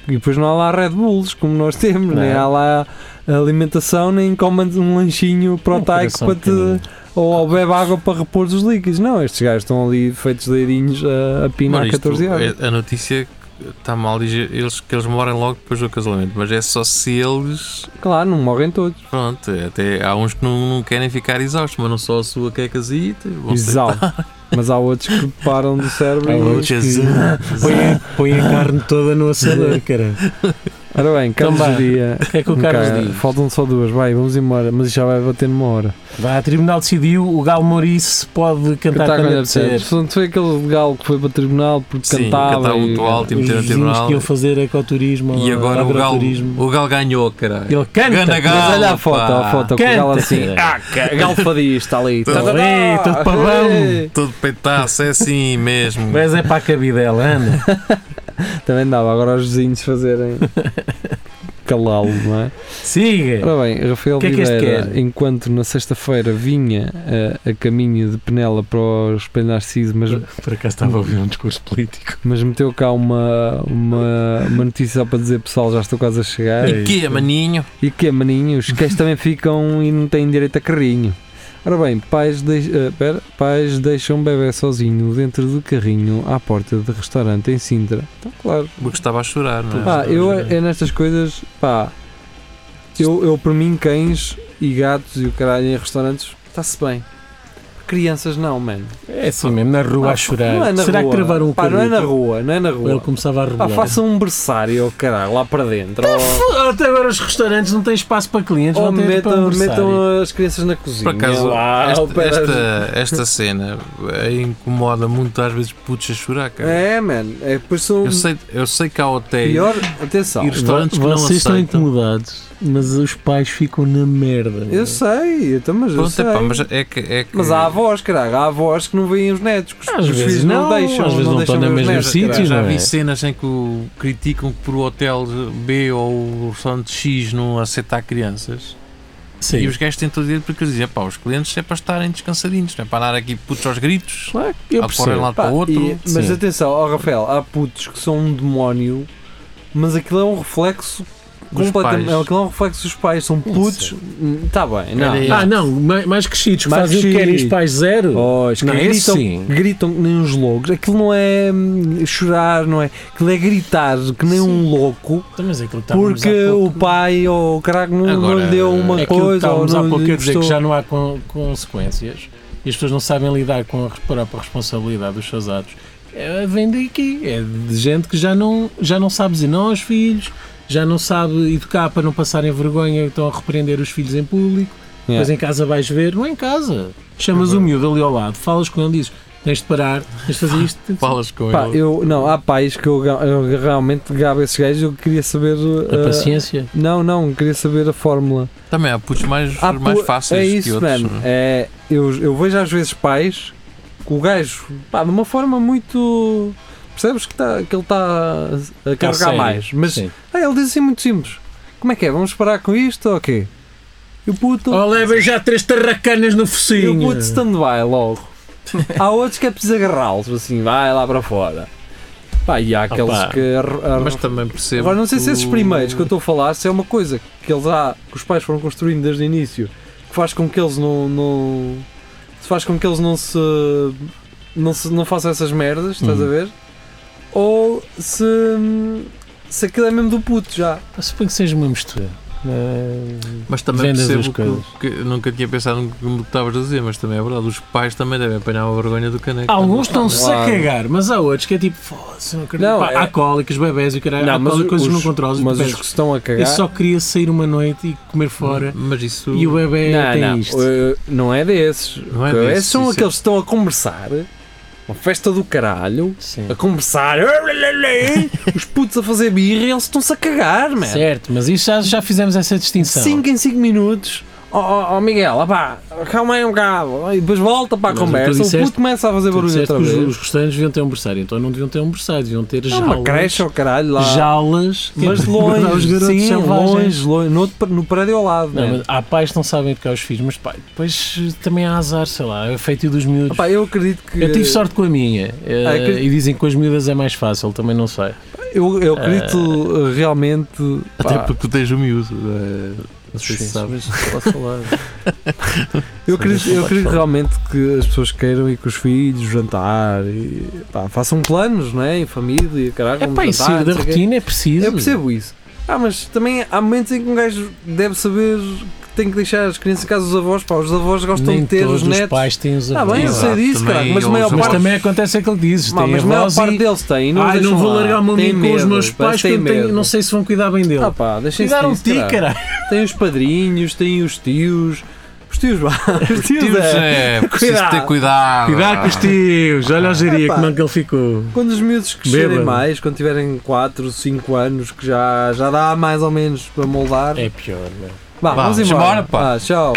e depois não há lá Red Bulls, como nós temos, nem
Não. é?
há lá alimentação, nem coma um lanchinho
Um
proteico
coração
para te.
pequenino.
Ou, ou bebe água para repor os líquidos. Não, estes gajos estão ali feitos leirinhos a, a pinar
Mano, isto
14 horas.
é- a notícia está mal diz eles, que eles morrem logo depois do casamento, mas é só se eles.
Claro, não morrem todos.
Pronto, é, até há uns que não, não querem ficar exaustos, mas não só a sua que é casita. vão ser-
Exato. Mas há outros que param do cérebro
Há
e.
outros.
Jesus.
Põe, a- põe a carne toda no
*laughs*
assador, caralho.
Um Ora bem, Carlos
Também.
Geria.
O que é que o Carlos
Ok,
diz?
Faltam só duas, vai, vamos embora. Mas isto já vai bater numa hora.
Vá, a tribunal decidiu, o Galo Morice pode cantar
Cantar
quando
quando
apetecer.
apetecer. Não foi aquele galo que foi para o tribunal porque
Sim,
cantava.
cantava
e-
muito alto. Tem
eh, Os
que ter no
vizinhos
tribunal.
que iam fazer ecoturismo
E
ou
agora o Galo,
agroturismo.
o Galo ganhou, caralho.
Ele canta!
Ganda Galo.
Mas olha a foto, a foto com o galo
Canta. *laughs*
assim. Ah, ca- galo fadia, está ali.
Tudo
Tá, tá, tá.
bem, tudo para bom.
Ei.
Todo peitaço, é assim mesmo.
Mas é para a cabidela, anda.
Também dava agora aos vizinhos fazerem calá-lo, não é?
Siga!
Ora bem, Rafael
O que é que este
Oliveira,
quer?
enquanto na sexta-feira vinha eh, a, caminho de Penela para o Espelho Narciso, mas
Por acaso estava a ouvir um discurso político.
Mas meteu cá uma, uma, uma notícia só para dizer pessoal, já estou quase a chegar.
é
E que maninho?
E que é maninho, os cães também ficam e não têm direito a carrinho. Ora bem, pais, deix- eh, pera, pais deixam o bebê sozinho dentro do carrinho à porta de restaurante em Sintra. Então, claro.
Porque estava a chorar, não é?
Pá, eu é, é nestas coisas, pá, eu, eu por mim cães e gatos e o caralho em restaurantes, está-se bem. Crianças não, mano.
É assim mesmo, na rua a chorar.
Não é na
Será
rua.
que gravaram um
Pá, não é na
carrito?
rua, não é na rua.
Ele começava a
Pá,
rebolar.
faça um berçário, oh, caralho, lá para dentro.
Tá
Ou,
Até agora os restaurantes não têm espaço para clientes,
ou
não têm para
Oh, metam,
um berçário.
metam as crianças na cozinha.
Por
é
acaso,
lá,
esta,
ou para-
esta- esta cena eh, incomoda muito às vezes putos a chorar, cara.
É, man. É, depois são
Eu, sei, eu sei que há hotéis.
pior. Atenção.
E restaurantes que não
Vocês estão
aceitam.
incomodados, mas os pais ficam na merda. é?
Eu sei, eu também, mas eu
Pronto,
sei.
é pá,
mas,
mas é que. É que
há avós, caralho. Há avós que não veem os netos. Que os,
Às
os
vezes
filhos não,
não,
deixam.
às vezes não estão
deixam
no
ver os
mesmo
netos,
sítio,
já,
caralho.
já
não é?
vi cenas em que o, criticam que por o hotel B ou o restaurante X não aceita crianças.
Sim.
E os gajos têm todo o direito porque eles dizem, pá, os clientes é para estarem descansadinhos, não é para andar aqui putos aos gritos,
Claro,
eu
a
percebo.
correr de um lado
Pá,
para o outro.
e- mas
sim.
atenção, ó Rafael, há putos que são um demónio, mas aquilo é um reflexo
Dos
completamente.
pais.
Aquilo é um reflexo dos pais, são putos. Está bem, não.
Olha aí.
Ah, não, mais, mais crescidos, que
Mais
fazem o que querem os
crescidos.
pais zero.
Oh, os que
Não, esse
gritam,
sim.
gritam que nem uns loucos. Aquilo não é hum, chorar, não é? Aquilo é gritar que nem um louco
Então, mas aquilo que estávamos
porque
há pouco-
o pai ou o caraca não, não
Agora,
lhe deu uma
aquilo é que
coisa ou
estávamos há
não
pouco
lhe
a dizer que
gostou.
já não há con- consequências e as pessoas não sabem lidar com a própria responsabilidade dos seus atos. É, vem daqui, é de gente que já não, já não sabe dizer não aos filhos, já não sabe educar para não passarem vergonha, então a repreender os filhos em público.
Yeah.
Mas em casa vais ver, não é em casa.
É
Chamas o miúdo ali ao lado, falas com ele, dizes tens de parar, tens de fazer isto.
*laughs* Falas com
Pá,
ele.
eu, não, há pais que eu, ga- eu realmente gabo esses gajos. Eu queria saber
A
ah,
eh, paciência.
Não, não, queria saber a fórmula.
Também há putos mais,
Há
mais
pu-
fáceis
é
que
isso,
outros.
mano.
não é?
É, eu, eu vejo às vezes pais que o gajo, pá, de uma forma muito. Percebes que, tá, que ele está a carregar
Tá sério,
mais. Mas
sim.
ah, ele diz assim muito simples: Como é que é? Vamos parar com isto ou quê? E o puto.
Oh,
Ou levem já três tarracanas no
e o
focinho.
puto stand-by logo. Há outros que é preciso agarrá-los, assim, vai lá para fora. Pá, e há aqueles
Opa.
que. ar- ar-
Mas também percebo.
Agora não sei se esses
o-
primeiros que eu estou a falar se é uma coisa que eles há, que os pais foram construindo desde o início, que faz com que eles não, não se faz com que eles não se não, se, não façam essas merdas, estás
Hum.
a ver? Ou se se aquilo é mesmo do puto já.
Eu Suponho que seja uma mistura. Eh,
Mas também
Vendas
percebo
das coisas.
que, que nunca tinha pensado no que me estavas a dizer, mas também é verdade. Os pais também devem apanhar a vergonha do caneco. é?
Alguns estão-se a
Claro.
cagar, mas há outros que é tipo, foda-se, não acredito.
Não,
Pá,
é-
Há cólicas, bebés e o caralho,
Não,
há
mas
cólicas, coisas que
os-
não controlas. e tu
Mas os
pensas,
que estão a cagar.
eu só queria sair uma noite e comer fora
Hum, Mas isso.
e o bebê
Hum. Não,
tem
não,
isto.
eh, não é desses.
Não é
Que
desses,
esses são
isso é-
aqueles que estão a conversar. Uma festa do caralho.
Sim.
A conversar. Os putos a fazer birra e eles estão-se a cagar, man.
Certo, mas isso é já, já fizemos essa distinção.
5 em 5 minutos. Ó oh, Miguel, ó pá, calma aí um bocado. E depois volta para a
Mas
conversa.
tu
o
disseste-
puto começa a fazer
Tu
é barulho
disseste
outra
que os,
vez.
os restaurantes deviam ter um berçário, então não deviam ter um berçário, deviam ter
É uma creche
jaulas.
ao caralho lá.
Jaulas, que é
Mas
para mandar *laughs* os
longe,
garotos
sim,
selvagens.
longe, longe. No, outro pr- no prédio ao lado.
Não,
né?
mas há pais que não sabem educar os filhos, mas pá, depois eh, também há azar, sei lá, é feito dos miúdos.
Opá, eu acredito que.
Eu tive sorte com a minha. eh,
Ah, que-
E dizem que com as miúdas é mais fácil, também não sei.
Eu, eu
É.
acredito uh, realmente.
Até
pá,
porque Ah. tu tens o miúdo.
Eh,
é, Não sei se
Sim,
sabes.
mas posso falar.
eu acredito, eu
Pode
acredito
falar.
realmente que as pessoas queiram ir com os filhos jantar e pá, façam planos, né? Em família e caralho.
É
vamos
pá, isso
jantar, não
da
sei o quê.
rotina é preciso.
Eu percebo isso. Ah, mas também há momentos em que um gajo deve saber que tem que deixar as crianças em casa dos avós. Pá, os avós gostam
Nem
de ter
todos
os netos.
pais têm os
Está
avós.
bem, eu sei
Exato,
disso,
também
cara. Mas a
eles-
maior
mas
Mas
parte,
também acontece aquilo que dizes.
Má,
Tem
mas
a
a maior
voz
parte
e...
deles tem. Não, os
Ai, não
deixam
vou
lá.
largar o meu
Têm
amigo com os
medo,
meus
pá,
pais que
têm
eu tenho,
medo.
não sei se vão cuidar bem dele.
Ah, pá, deixem-se
Cuidaram de
disso,
ti,
caralho.
caralho.
Tem os padrinhos, tem os tios. Os tios, *laughs* vá. Os tios,
Tios,
é.
é, preciso ter
Cuidado.
cuidado.
Cuidar com os tios. Olha o
Ah,
geria,
pá.
como é que ele ficou.
Quando os miúdos crescerem
Bêbado.
mais, quando tiverem 4, 5 anos, que já, já dá mais ou menos para moldar.
É pior, não
Vá,
Vá,
vamos
vamos
embora.
embora, pá.
Vá, tchau.